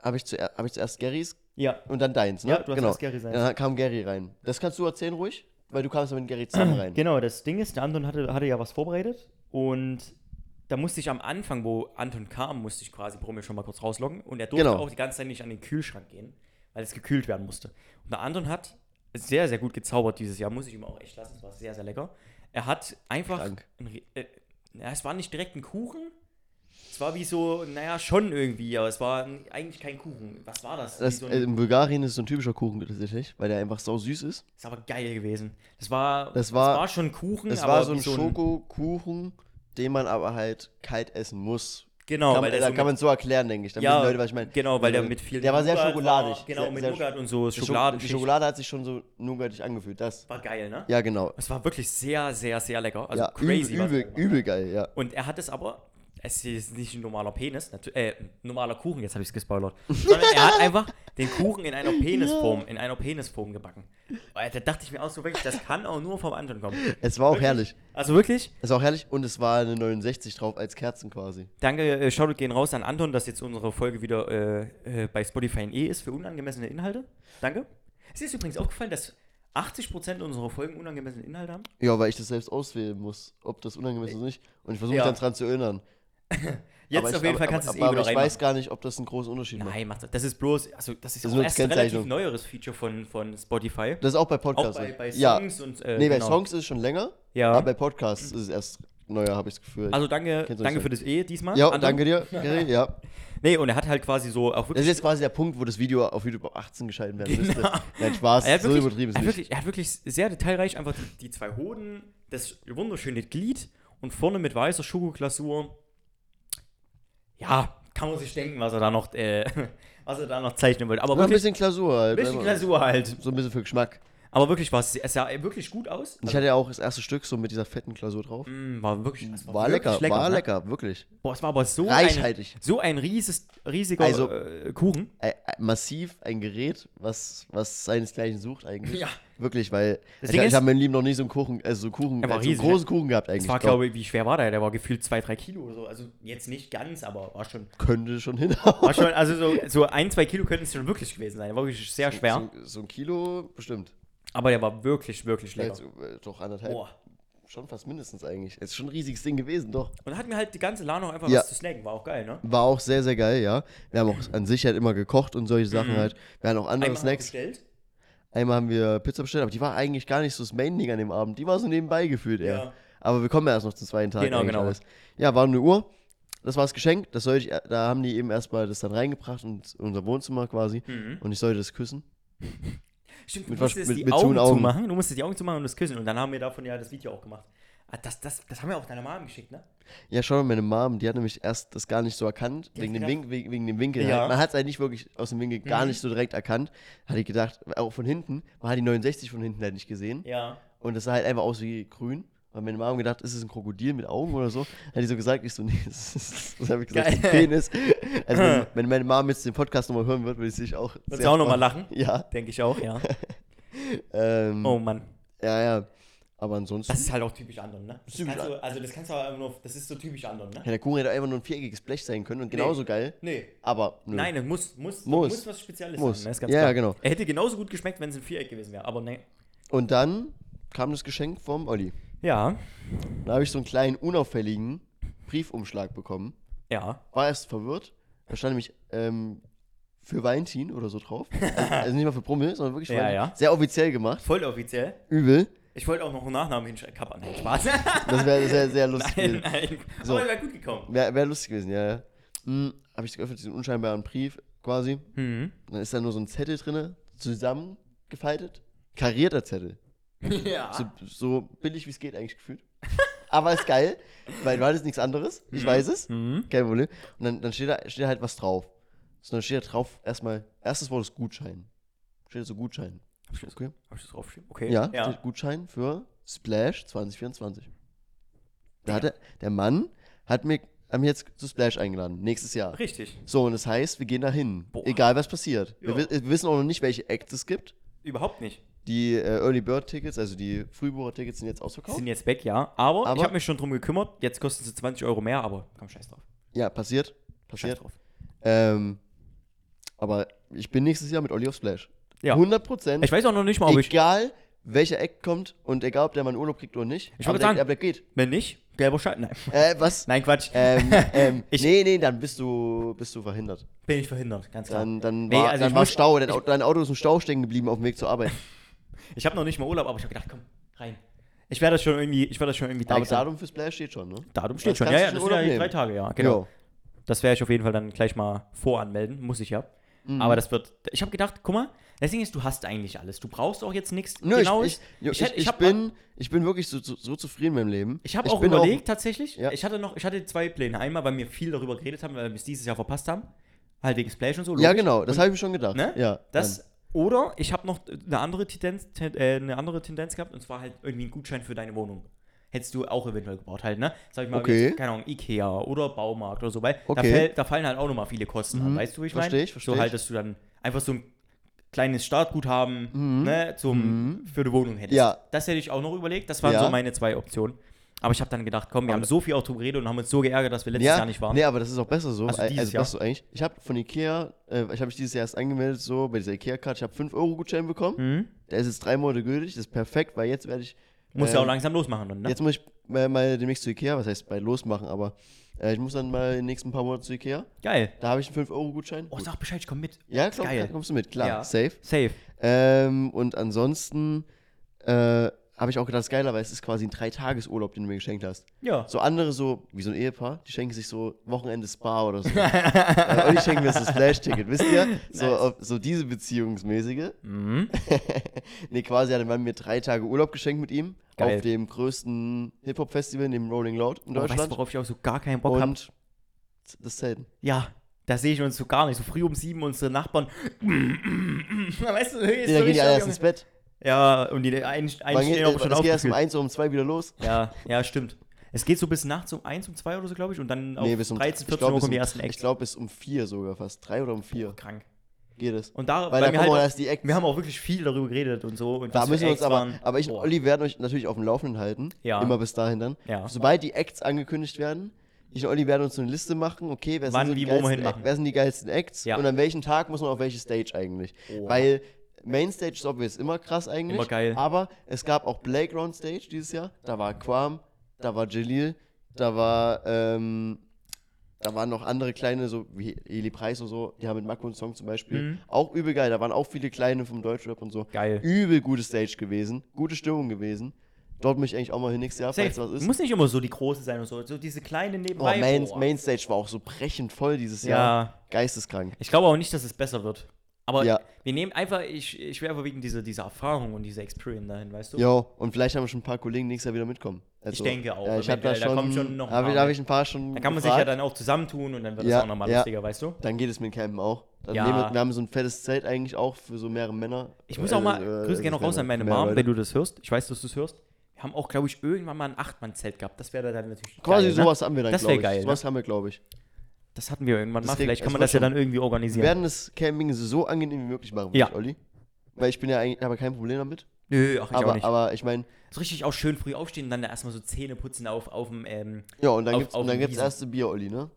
hab ich, zuer hab ich zuerst Garys
Ja.
und dann deins, ne?
Ja, du hast das Gary sein.
Dann kam Gary rein. Das kannst du erzählen ruhig, weil du kamst ja mit Gary
[clears throat]
zusammen rein.
Genau, das Ding ist, der Anton hatte, hatte ja was vorbereitet und da musste ich am Anfang, wo Anton kam, musste ich quasi Brummel schon mal kurz rausloggen und er durfte
Genau.
auch die ganze Zeit nicht an den Kühlschrank gehen, weil es gekühlt werden musste. Und der Anton hat sehr, sehr gut gezaubert dieses Jahr, muss ich ihm auch echt lassen, es war sehr, sehr lecker. Er hat einfach,
Krank.
ein, Re- äh, ja, es war nicht direkt ein Kuchen, Es war wie so, naja, schon irgendwie, aber es war n- eigentlich kein Kuchen. Was war das? Wie
Das,
so
äh,
ein,
in Bulgarien ist so ein typischer Kuchen tatsächlich, weil der einfach sau süß ist.
ist aber geil gewesen. Das war,
äh, Das
es
war-
war schon Kuchen,
Es
Hm, aber
war so
wie
ein Schokokuchen, den man aber halt kalt essen muss.
Genau,
kann,
weil der
da
so
kann
mit-
man so erklären, denke ich. Dann
Ja,
wissen Leute, was ich meine.
genau, weil der
Also,
mit viel
Der war sehr
Nougat
schokoladig.
war, genau,
sehr,
mit
sehr-
Nougat und so
die Scho- Die
Schokoladenschicht.
Schokolade hat sich schon so nougatig angefühlt. Das.
War geil, ne?
Ja, genau.
Es war wirklich sehr, sehr, sehr lecker. Also
ja,
crazy. was er
übel,
gemacht
übel,
hat.
übel geil, ja.
Und er hat es aber, es ist nicht ein normaler Penis, natu- äh, ein normaler Kuchen, jetzt habe ich
[laughs]
es gespoilert, sondern er hat einfach den Kuchen in einer Penisform, in einer Penisform gebacken. Äh, Da dachte ich mir auch so wirklich, das kann auch nur vom Anton kommen.
Es war auch herrlich.
Also wirklich,
Es war auch herrlich und es war eine 69 drauf als Kerzen quasi.
danke, äh, Shoutout gehen raus an Anton, dass jetzt unsere Folge wieder äh, äh, bei Spotify in E ist für unangemessene Inhalte. Danke. Es ist übrigens aufgefallen, dass 80% unserer Folgen unangemessene Inhalte haben.
Ja, weil ich das selbst auswählen muss, ob das unangemessen ist oder nicht. Und ich versuche mich
Ja.
dann dran zu erinnern.
Jetzt
Aber ich-
auf jeden
aber-
Fall kannst du es eh
aber, aber
wieder
ich
reinmachen.
weiß gar nicht, ob das einen großen Unterschied macht.
Nein, macht das. Das ist bloß, also das
Das
ist
ist
auch
nur
erst
eine
ein relativ
Kennzeichnung.
neueres Feature von, von Spotify.
Das ist auch bei
Auch
Podcasts.
bei,
so.
bei
ja.
Songs und äh,
nee, bei
genau.
Songs ist es schon länger,
Ja.
aber bei Podcasts ist es erst neuer, habe ich das Gefühl.
Also danke,
Kennst du
danke
nicht.
für das E diesmal.
ja,
Anton.
danke
[laughs]
dir, Gary, ja.
Nee, und er hat halt quasi so auch
Das
wirklich.
ist jetzt quasi der Punkt, wo das Video auf YouTube auf 18 geschalten werden müsste. Nein, Spaß,
er, hat
so
Genau. wirklich,
übertrieben
er,
ist
hat
nicht.
wirklich, er hat wirklich sehr detailreich einfach die, die zwei Hoden, das wunderschöne Glied und vorne mit weißer Schokoglasur. Ja, kann man sich denken, was er da noch, äh, [laughs] was er da noch zeichnen wollte. Aber
Noch ein
wirklich,
bisschen Klausur halt.
bisschen
einfach.
Glasur halt.
So ein bisschen für Geschmack.
Aber wirklich war es, es sah wirklich gut aus.
Ich hatte ja auch das erste Stück so mit dieser fetten Klausur drauf.
Mm, war wirklich, es
War lecker,
wirklich
war
ne?
lecker, wirklich.
Boah, es war aber so
Reichhaltig.
ein, so ein rieses, riesiger
Also-
äh, Kuchen.
Ä- ä- Massiv ein Gerät, was, was seinesgleichen sucht eigentlich.
Ja.
Wirklich, weil ich,
Das Ding
ich
ist-
habe mein Leben noch nie so einen Kuchen, also so einen Kuchen,
Er war
so einen
riesig, ne?
großen Kuchen gehabt eigentlich.
Das war,
Ich glaub,
glaube ich, wie schwer war der? Der war gefühlt 2-3 Kilo oder so. Also jetzt nicht ganz, aber war schon.
könnte schon hin.
War schon also so, so ein, zwei Kilo könnten es schon wirklich gewesen sein. Der war wirklich sehr schwer.
[laughs] So, so ein Kilo bestimmt.
Aber der war wirklich, wirklich lecker.
Jetzt, äh, doch anderthalb.
Boah.
Schon fast mindestens eigentlich. Ist schon ein riesiges Ding gewesen, doch.
Und hat mir halt die ganze Lahn noch einfach
Ja.
was zu snacken. War auch geil, ne?
War auch sehr, sehr geil, ja. Wir haben auch an sich halt immer gekocht und solche Sachen halt. Wir hatten auch andere
Mhm. Einmal noch
Snacks.
bestellt.
Einmal haben wir Pizza bestellt, aber die war eigentlich gar nicht so das Main-Ding an dem Abend. Die war so nebenbei gefühlt eher.
Ja.
Aber wir kommen ja erst noch zum zweiten Tag.
Genau,
eigentlich
genau.
Ja, war eine Uhr. Das war das Geschenk. Das sollte ich, äh, da haben die eben erstmal das dann reingebracht und in unser Wohnzimmer quasi.
Mhm.
Und ich sollte das küssen.
Stimmt, du
Mit was-
musstest
mit-
die
mit zu
Augen
und Augen.
zumachen. Du musstest die Augen zumachen und das küssen. Und dann haben wir davon ja das Video auch gemacht. Ah, Das, das, das haben wir auch deiner Mom geschickt, ne?
Ja, schau mal, meine Mom, die hat nämlich erst das gar nicht so erkannt, wegen dem,
gedacht-
Wink, wegen, wegen dem Winkel.
Ja. Mhm.
Halt. Man hat es halt nicht wirklich aus dem Winkel gar nicht so direkt erkannt. Hatte ich gedacht, auch von hinten, man hat die 69 von hinten halt nicht gesehen.
Ja.
Und das sah halt einfach aus wie grün. Und meine Mom gedacht, ist es ein Krokodil mit Augen oder so? Hat die so gesagt, ich so, nee, [laughs] das, ist, das habe ich gesagt, ein
Geil.
Penis. Also, wenn,
[laughs]
wenn meine Mom jetzt den Podcast nochmal hören wird, würde ich sich auch.
Wird sie
sehr
auch nochmal
freuen.
lachen?
Ja.
Denke ich auch, ja.
Ähm,
[laughs] Oh Mann.
Ja, ja. Aber ansonsten.
Das ist halt auch typisch anderen, ne? Das
Typisch
kannst du, also das kannst du aber nur, das ist so typisch anderen, ne?
ja, der Kuchen hätte einfach nur ein viereckiges Blech sein können und genauso geil.
Nee.
Aber. Nö.
Nein, es muss, muss,
Muss.
muss was Spezielles
Muss.
sein. Ne? Ist ganz
Ja,
klar.
ja, genau.
Er hätte genauso gut geschmeckt, wenn es ein Viereck gewesen wäre, aber nee.
Und dann kam das Geschenk vom Olli.
Ja,
Da habe ich so einen kleinen, unauffälligen Briefumschlag bekommen.
ja.
War erst Oh, verwirrt. Da stand nämlich ähm, für Valentin oder so drauf. Also, also nicht mal für Brummel, sondern wirklich für
Ja,
Valentin.
ja.
Sehr offiziell gemacht.
Voll offiziell.
Übel.
Ich wollte auch noch einen Nachnamen hinschreiben. Kappa, nein,
[laughs]
Spaß. [laughs]
Das wäre sehr, sehr lustig
nein,
gewesen.
nein.
So.
Aber wäre gut gekommen.
Wäre wär lustig gewesen, ja, ja. Hm, habe ich geöffnet, diesen unscheinbaren Brief quasi.
Mhm.
Dann ist da nur so ein Zettel drin, zusammengefaltet. Karierter Zettel.
[laughs] Ja.
So, so billig wie es geht eigentlich gefühlt. Aber ist geil, weil du hattest nichts anderes. Ich weiß es.
Mhm.
Kein Problem. Und dann, dann steht, da, steht da halt was drauf. So, dann steht da drauf erstmal, erstes Wort ist Gutschein. Steht da so Gutschein.
Hab ich das,
Okay.
hab ich das draufgeschrieben? Okay.
Ja,
ja.
Steht Gutschein für Splash 2024. Da hat der, der Mann hat mir, hat mich jetzt zu Splash eingeladen, nächstes Jahr.
Richtig.
So, und das heißt, wir gehen da hin.
Boah.
Egal, was passiert. Wir,
Ja.
wi- wir wissen auch noch nicht, welche Acts es gibt.
Überhaupt nicht.
Die äh, Early Bird Tickets, also die Frühbucher-Tickets sind jetzt
Die
ausverkauft.
sind jetzt weg, ja. Aber,
Aber-
ich habe mich schon drum gekümmert. Jetzt kosten sie 20 Euro mehr, aber komm, scheiß drauf.
ja, passiert.
Scheiß
Passiert.
drauf.
Ähm, aber ich bin nächstes Jahr mit Olli auf Splash.
Ja.
100 Prozent.
Ich weiß auch noch nicht mal, ob ich
Egal, welcher Act kommt und egal, ob der mal einen Urlaub kriegt oder nicht.
Ich
aber,
wollte
der,
sagen-
aber der geht.
Wenn nicht, gelber Schein. Nein.
Äh, was?
Nein, Quatsch. [laughs]
ähm, ähm,
Ich-
nee, nee, dann bist du, bist du verhindert.
Bin ich verhindert, ganz klar.
Dann, dann
Nee,
war,
also
dann
ich
war
muss-
Stau, dein, Au- dein Auto ist im Stau stecken geblieben auf dem Weg zur Arbeit.
Ich habe noch nicht mal Urlaub, aber ich habe gedacht, komm, rein. Ich werde das schon irgendwie, ich werde das schon irgendwie
Aber
deichseln.
Datum für Splash steht schon, ne?
Datum steht
Das
schon.
kannst
Ja,
du schon
ja, das sind ja
Urlaub
die drei
nehmen.
Tage, ja, genau.
Jo.
Das werde ich auf jeden Fall dann gleich mal voranmelden. Muss ich ja.
Mhm.
Aber das wird. Ich habe gedacht, guck mal, das Ding ist, du hast eigentlich alles. Du brauchst auch jetzt nichts.
Nö,
genau.
ich, ich, ich,
hätte-
ich,
hab mal-
bin, ich bin wirklich so, so, so zufrieden mit dem Leben.
Ich habe auch
bin
überlegt tatsächlich.
Ja.
Ich hatte noch, ich hatte zwei Pläne. Einmal, weil wir viel darüber geredet haben, weil wir es dieses Jahr verpasst haben, halt wegen Splash und so.
ja,
logisch.
genau, das habe ich mir schon gedacht.
Ne?
Ja,
Das
Mann.
oder ich habe noch eine andere Tendenz, ten, äh, eine andere Tendenz gehabt und zwar halt irgendwie einen Gutschein für deine Wohnung. Hättest du auch eventuell gebaut halt, ne? Sag ich mal,
Okay.
jetzt, keine Ahnung, Ikea oder Baumarkt oder so, weil da,
Okay. Mhm.
fäll, da fallen halt auch nochmal viele Kosten an, weißt du, wie ich meine?
Versteh ich, versteh
So halt,
ich.
dass du dann einfach so ein kleines Startguthaben ne, zum, für die Wohnung hättest.
Mhm. Ja.
Das hätte ich auch noch überlegt, das waren
Ja.
so meine zwei Optionen. Aber ich habe dann gedacht, komm, wir haben so viel auch drüber geredet und haben uns so geärgert, dass wir letztes
ja,
Jahr nicht waren.
Nee, aber das ist auch besser so.
Also
Also,
dieses
also
Jahr.
besser so eigentlich. Ich habe von Ikea, äh, ich habe mich dieses Jahr erst angemeldet, so bei dieser Ikea-Karte, ich habe 5 Euro Gutschein bekommen.
Mhm.
Der ist jetzt drei Monate gültig, das ist perfekt, weil jetzt werde ich.
Muss
äh,
ja auch langsam losmachen dann, ne?
Jetzt muss ich mal, mal demnächst zu Ikea, was heißt bei losmachen, aber äh, ich muss dann mal in den nächsten paar Monaten zu Ikea.
Geil.
Da habe ich einen 5-Euro-Gutschein.
Oh,
Gut.
sag Bescheid, ich komm mit.
ja, glaub,
geil.
kommst du mit, klar,
Ja.
safe.
Safe.
Ähm, und ansonsten äh, habe ich auch gedacht, das ist geiler, weil es ist quasi ein Dreitagesurlaub, den du mir geschenkt hast.
Ja.
So andere, so wie so ein Ehepaar, die schenken sich so Wochenende Spa oder so. [laughs] äh, und ich schenke mir so das Flash-Ticket, wisst ihr? So,
Nice. Mhm.
ob, so diese beziehungsmäßige. nee, quasi hat der Mann mir drei Tage Urlaub geschenkt mit ihm.
Geil.
Auf dem größten Hip-Hop-Festival, dem Rolling Loud in
Boah, weißt du,
Deutschland.
worauf ich auch so gar keinen Bock habe?
und das Zelten.
Ja, da sehe ich uns so gar nicht. So früh um sieben unsere Nachbarn. [laughs] weißt du, ist
Nee, da
so
gehen die alle erst ins
richtig-
Bett.
Ja, und die einen, einen
Wann geht,
stehen auch schon
das
auf.
geht erst um eins oder um zwei wieder los.
Ja, ja, stimmt. Es geht so bis nachts um eins, um zwei oder so, glaube ich. Und dann auf
Nee, bis um
13, 14
ich glaub,
Uhr
bis
kommen die
um-
ersten
Ich
Acts.
glaube, bis um vier sogar fast. Drei oder um vier
Krank.
geht es.
Und da,
Weil da
wir,
kommen auch
halt,
erst die Acts.
wir haben auch wirklich viel darüber geredet und so. Und
Da
was für
müssen wir uns
Acts
aber,
waren.
aber ich und
Boah.
Olli werden euch natürlich auf dem Laufenden halten.
Ja.
Immer bis dahin dann.
Ja.
Sobald die Acts angekündigt werden, ich und Olli werden uns so eine Liste machen, okay, wer sind,
Wann,
so die,
wie, wo wir
geilsten,
hinmachen.
Act- wer sind die geilsten Acts
Ja.
und an welchem Tag muss man auf welche Stage eigentlich.
Oh.
Weil Mainstage ist obvious immer krass eigentlich.
Immer geil.
Aber es gab auch Playground Stage dieses Jahr. Da war Quam, da war Jalil, da war, ähm, da waren noch andere kleine, so wie Eli Preis und so, die haben mit Makro einen Song zum Beispiel.
Mhm.
Auch übel geil. Da waren auch viele kleine vom Deutschrap und so
Geil.
übel gute Stage gewesen, gute Stimmung gewesen. Dort möchte ich eigentlich auch mal hin nächstes Jahr, falls
Safe.
was ist.
Muss nicht immer so die große sein und so. So diese kleine
Oh,
nebenbei.
Main,
Boah.
Mainstage war auch so brechend voll dieses
Ja.
Jahr. Geisteskrank.
Ich glaube auch nicht, dass es besser wird. Aber
Ja.
wir nehmen einfach, ich, ich wäre wegen dieser, dieser Erfahrung und dieser Experience dahin, weißt du?
Jo, und vielleicht haben schon ein paar Kollegen nächstes Jahr wieder mitkommen. Also,
Ich denke auch,
Ja, ich habe da
eventuell. Da
schon,
kommen schon noch ein
hab,
paar
ich- hab
mit.
ich ein paar schon
Da kann man sich ja
gefragt.
dann auch zusammentun und dann wird
Ja,
das auch nochmal
ja.
lustiger, weißt du?
Dann geht es mit Campen auch. Dann
Ja.
nehmen wir, wir haben so ein fettes Zelt eigentlich auch für so mehrere Männer.
Ich muss auch
äh,
mal, Grüße gerne noch raus an meine Mom, wenn du das hörst. Ich weiß, dass du es hörst. Wir haben auch, glaube ich, irgendwann mal ein Achtmann-Zelt gehabt. Das wäre dann natürlich
Quasi
geil,
sowas
Ne?
haben wir dann,
Das wär
glaube ich.
geil, ne?
sowas haben wir, glaube ich.
Das hatten wir irgendwann mal.
Deswegen,
Vielleicht kann
es
man
wird
das ja
schon-
dann irgendwie
Wir
organisieren.
werden das Camping so angenehm wie möglich machen,
Ja.
wirklich, Olli. Weil ich bin ja eigentlich, habe kein Problem damit.
Nö, ach, ich auch
Aber,
nicht.
aber ich meine,
so richtig auch schön früh aufstehen und dann da erstmal so Zähne putzen auf, auf dem, ähm,
Ja, und dann
Auf-
gibt's,
auf
und dann
den
gibt's
Wiesen.
erste Bier, Olli,
[laughs]
ne?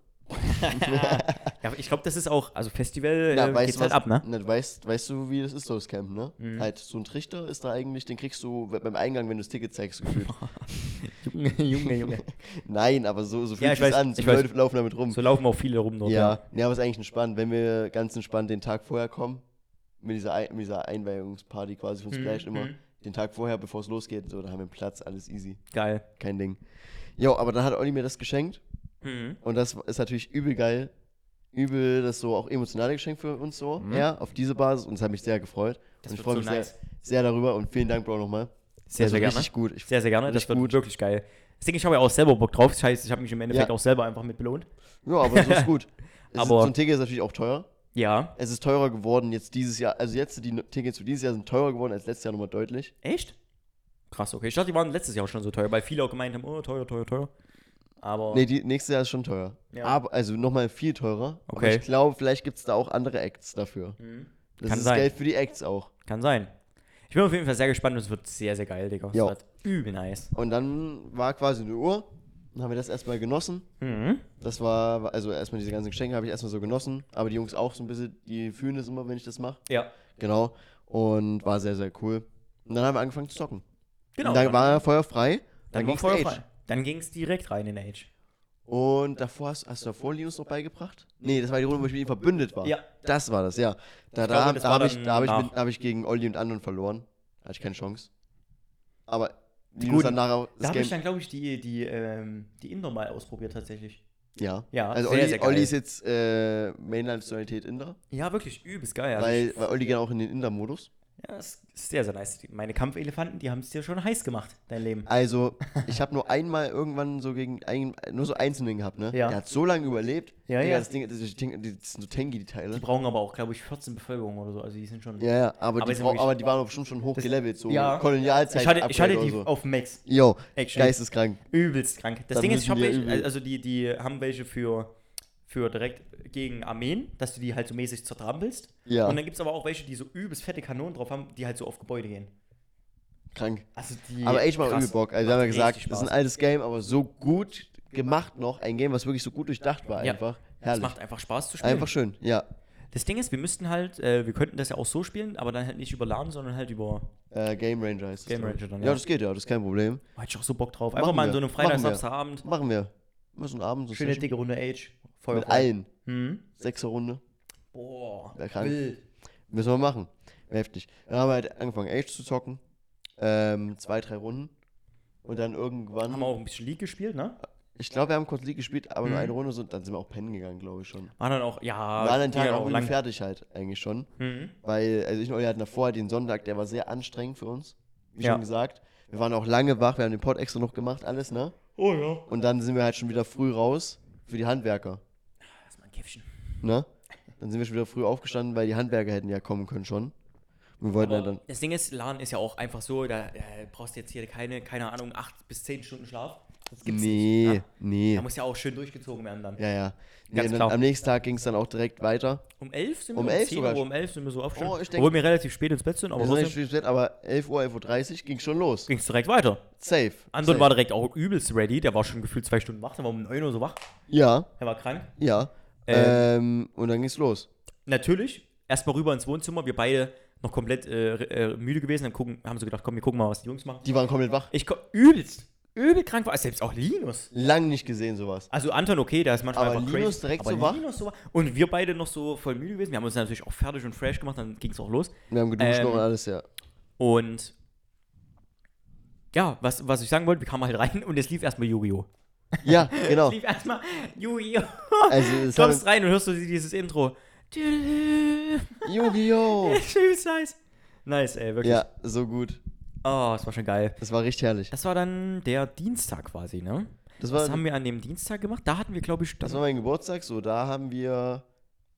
ja, ich glaube, das ist auch, also Festival äh, geht's
was-
halt ab, ne?
[laughs]
Mhm.
Na, du weißt, weißt du, wie das ist, so das Camp, ne? Halt, so ein Trichter ist da eigentlich, den kriegst du we- beim Eingang, wenn du das Ticket zeigst, gefühlt.
Junge, [laughs] Junge, Junge.
[laughs] Nein, aber so, so
Ja,
fühlt
ich
sich's
weiß,
an. So
ich
viele
weiß.
Leute laufen damit rum.
So laufen auch viele rum dort.
ja, ja, aber ist eigentlich entspannt, wenn wir ganz entspannt den Tag vorher kommen, mit dieser, Ei- mit dieser Einweihungsparty quasi von Splash immer,
mhm.
den Tag vorher, bevor es losgeht, so, dann haben wir Platz, alles easy,
Geil.
kein Ding. Jo, aber dann hat Olli mir das geschenkt
Mhm.
Und das ist natürlich übel geil. Übel, das so auch emotionale Geschenk für uns so. Ja, auf diese Basis. Und es hat mich sehr gefreut.
Mhm. Das
und ich
wird
freue
so
mich
nice.
sehr, sehr darüber. Und vielen Dank, Bro, nochmal.
Sehr,
Also
sehr gerne.
Richtig gut. Ich,
Sehr, sehr gerne. Das
Richtig
wird
gut.
wirklich geil. Das Ding, ich habe ja auch selber Bock drauf. Das heißt, ich habe mich im Endeffekt
Ja.
auch selber einfach mit belohnt.
ja, aber so
[laughs]
ist gut. Es
Aber-
ist, so ein Ticket ist natürlich auch teuer.
Ja.
Es ist teurer geworden jetzt dieses Jahr. Also jetzt die Tickets für dieses Jahr sind teurer geworden als letztes Jahr nochmal deutlich.
Echt? Krass, okay. Ich dachte, die waren letztes Jahr schon so teuer, weil viele auch gemeint haben, oh, teuer, teuer, teuer. Aber
Nee, die, nächstes Jahr ist schon teuer.
Ja.
Aber, also nochmal viel teurer.
Okay. Mhm.
Aber ich glaube, vielleicht gibt es da auch andere Acts dafür. Das
Kann
ist
sein.
Geld für die Acts auch.
kann sein. Ich bin auf jeden Fall sehr gespannt und es wird sehr, sehr geil, Digga. Es
Jo.
wird übel nice.
Und dann war quasi eine Uhr. Dann haben wir das erstmal genossen.
Mhm.
Das war, also erstmal diese ganzen Geschenke habe ich erstmal so genossen, aber die Jungs auch so ein bisschen, die fühlen das immer, wenn ich das mache.
Ja.
Genau. Und war sehr, sehr cool. Und dann haben wir angefangen zu zocken.
Genau.
Und dann war Feuer frei.
dann
Dann,
war
ging's
Feuer
Age.
frei. Dann ging es direkt rein in Age.
Und davor hast, hast du davor Linus noch beigebracht? Nee, das war die Runde, wo ich mit ihm verbündet war.
Ja.
Das war das, ja. Da,
glaube,
da,
das
da
war
habe ich,
dann
da hab ich,
nach.
mit- da hab ich gegen Olli und anderen verloren. Da hatte ich keine Chance. Aber Linus dann
Guten.
nachher
Da
das
habe ich
Game.
dann, glaube ich, die, die, ähm, die Indoor mal ausprobiert tatsächlich.
Ja.
Ja,
also
sehr,
Olli,
sehr geil.
Olli ist jetzt äh, Mainland-Nationalität Inder,
Ja, wirklich übelst geil. Also
weil, weil Olli geht auch in den Inder-Modus.
Ja, das ist sehr, sehr nice. Die- Meine Kampfelefanten, die haben es dir schon heiß gemacht, dein Leben.
Also, ich habe nur einmal irgendwann so gegen ein, nur so Einzelnen gehabt, ne?
Ja.
Der hat so lange überlebt.
Ja,
Digga,
ja.
Das, Ding, das, ist- die sind so Tengi, die Teile.
Die brauchen aber auch, glaube ich, 14 Bevölkerung oder so. Also die sind schon.
ja, ja, aber,
Aber
die,
ist ja
brau-
wirklich-
aber die waren auch bestimmt schon hochgelevelt, so
Ja.
Kolonialzeit.
ich hatte, ich hatte
Upgrade
die
oder so.
auf Max.
Yo,
Action.
geisteskrank.
Übelst krank. Das
Dann
Ding ist,
müssen
ich habe
wir
welche,
übel-
also die, die haben welche für, für direkt gegen Armeen, dass du die halt so mäßig zertrampelst.
Ja.
Und dann gibt es aber auch welche, die so übelst fette Kanonen drauf haben, die halt so auf Gebäude gehen.
Krank.
Also die.
Aber echt mal
krass.
übel Bock. Also, wir
Macht
haben ja gesagt,
richtig
das ist ein
Spaß.
altes Game, aber so gut gemacht noch. Ein Game, was wirklich so gut durchdacht war,
Ja.
einfach.
Das
Herrlich.
macht einfach Spaß zu spielen.
Einfach schön, ja.
Das Ding ist, wir müssten halt, äh, wir könnten das ja auch so spielen, aber dann halt nicht über LAN, sondern halt über.
Äh, Game Ranger heißt das,
Game
glaub ich.
Ranger dann,
ja.
ja.
das geht ja, das ist kein Problem.
Oh, hätte ich auch so Bock drauf. Einfach
Machen
mal an
wir.
so einem
Machen
Freitag,
wir.
Samstagabend.
Machen wir. Mal so einen Abend, so
Schöne
Session.
dicke Runde Age. Feuer.
Mit allen.
Hm?
Sechser Runde.
Boah.
Wer kann?
Wild.
Müssen wir machen. Heftig. Dann haben wir halt angefangen, Age zu zocken. Ähm, zwei, drei Runden. Und dann
Haben wir
irgendwann.
auch ein bisschen League gespielt, ne?
Ich glaube, wir haben kurz League gespielt, aber nur
Mhm.
eine Runde. So, dann sind wir auch pennen gegangen, glaube ich schon.
War dann auch, ja.
Wir waren den
ging
Tag
dann
auch irgendwie
lang.
fertig halt, eigentlich schon.
Hm.
Weil, also ich und Olli hatten davor halt den Sonntag, der war sehr anstrengend für uns. Wie
Ja.
schon gesagt. Wir waren auch lange wach, wir haben den Pod extra noch gemacht, alles, ne?
Oh ja.
Und dann sind wir halt schon wieder früh raus für die Handwerker,
Lass mal ein Käffchen.
ne? Dann sind wir schon wieder früh aufgestanden, weil die Handwerker hätten ja kommen können schon. Und wir wollten halt dann.
Das Ding ist, LAN ist ja auch einfach so, da äh, brauchst du jetzt hier keine, keine Ahnung, 8 bis 10 Stunden Schlaf. Das gibt's
Nee,
nicht.
nee.
Da muss ja auch schön durchgezogen werden dann.
Ja, ja. Nee,
Ganz
dann,
klar.
am nächsten Tag ging es dann auch direkt weiter.
Um 11 sind wir
Um
um,
11
10
sogar
Uhr, um 11 sind wir so aufgestanden.
Oh, ich denk-
Obwohl wir relativ spät ins Bett sind, aber
Wir sind nicht
trotzdem
spät, im Bett, aber 11 Uhr, 11.30 Uhr ging schon los.
ging es direkt weiter.
Safe.
Anton
Safe.
war direkt auch übelst ready, der war schon gefühlt zwei Stunden wach, der war um 9 Uhr so wach,
Ja,
der war krank.
ja. Ähm, und dann ging's los.
Natürlich, erstmal rüber ins Wohnzimmer, wir beide noch komplett äh, äh, müde gewesen, dann gucken, haben sie gedacht, komm, wir gucken mal, was die Jungs machen.
Die waren komplett wach.
Ich komm, übelst, übel krank war, selbst auch Linus.
Lang nicht gesehen, sowas.
Also Anton, okay, der ist manchmal
Aber
einfach
Linus
crazy.
direkt
aber
so wach?
Linus so wach. Und wir beide noch so voll müde gewesen. Wir haben uns natürlich auch fertig und fresh gemacht, dann ging es auch los.
Wir haben geduscht
Ähm,
noch und alles, ja.
Und ja, was, was ich sagen wollte, wir kamen halt rein und es lief erstmal Yu-Gi-Oh!
Ja,
[laughs]
genau.
Es lief erstmal Yu-Gi-Oh!
Also,
Du
es haben-
kommst rein und hörst du dieses Intro.
Oh.
[laughs] Tschüss,
Yu-Gi-Oh!
nice. Nice, ey, wirklich.
Ja, so gut.
Oh, das war schon geil.
Das war richtig herrlich.
Das war dann der Dienstag quasi, ne?
Das
Was
war,
haben wir an dem Dienstag gemacht? Da hatten wir, glaube ich,
das war mein Geburtstag, so. Da haben wir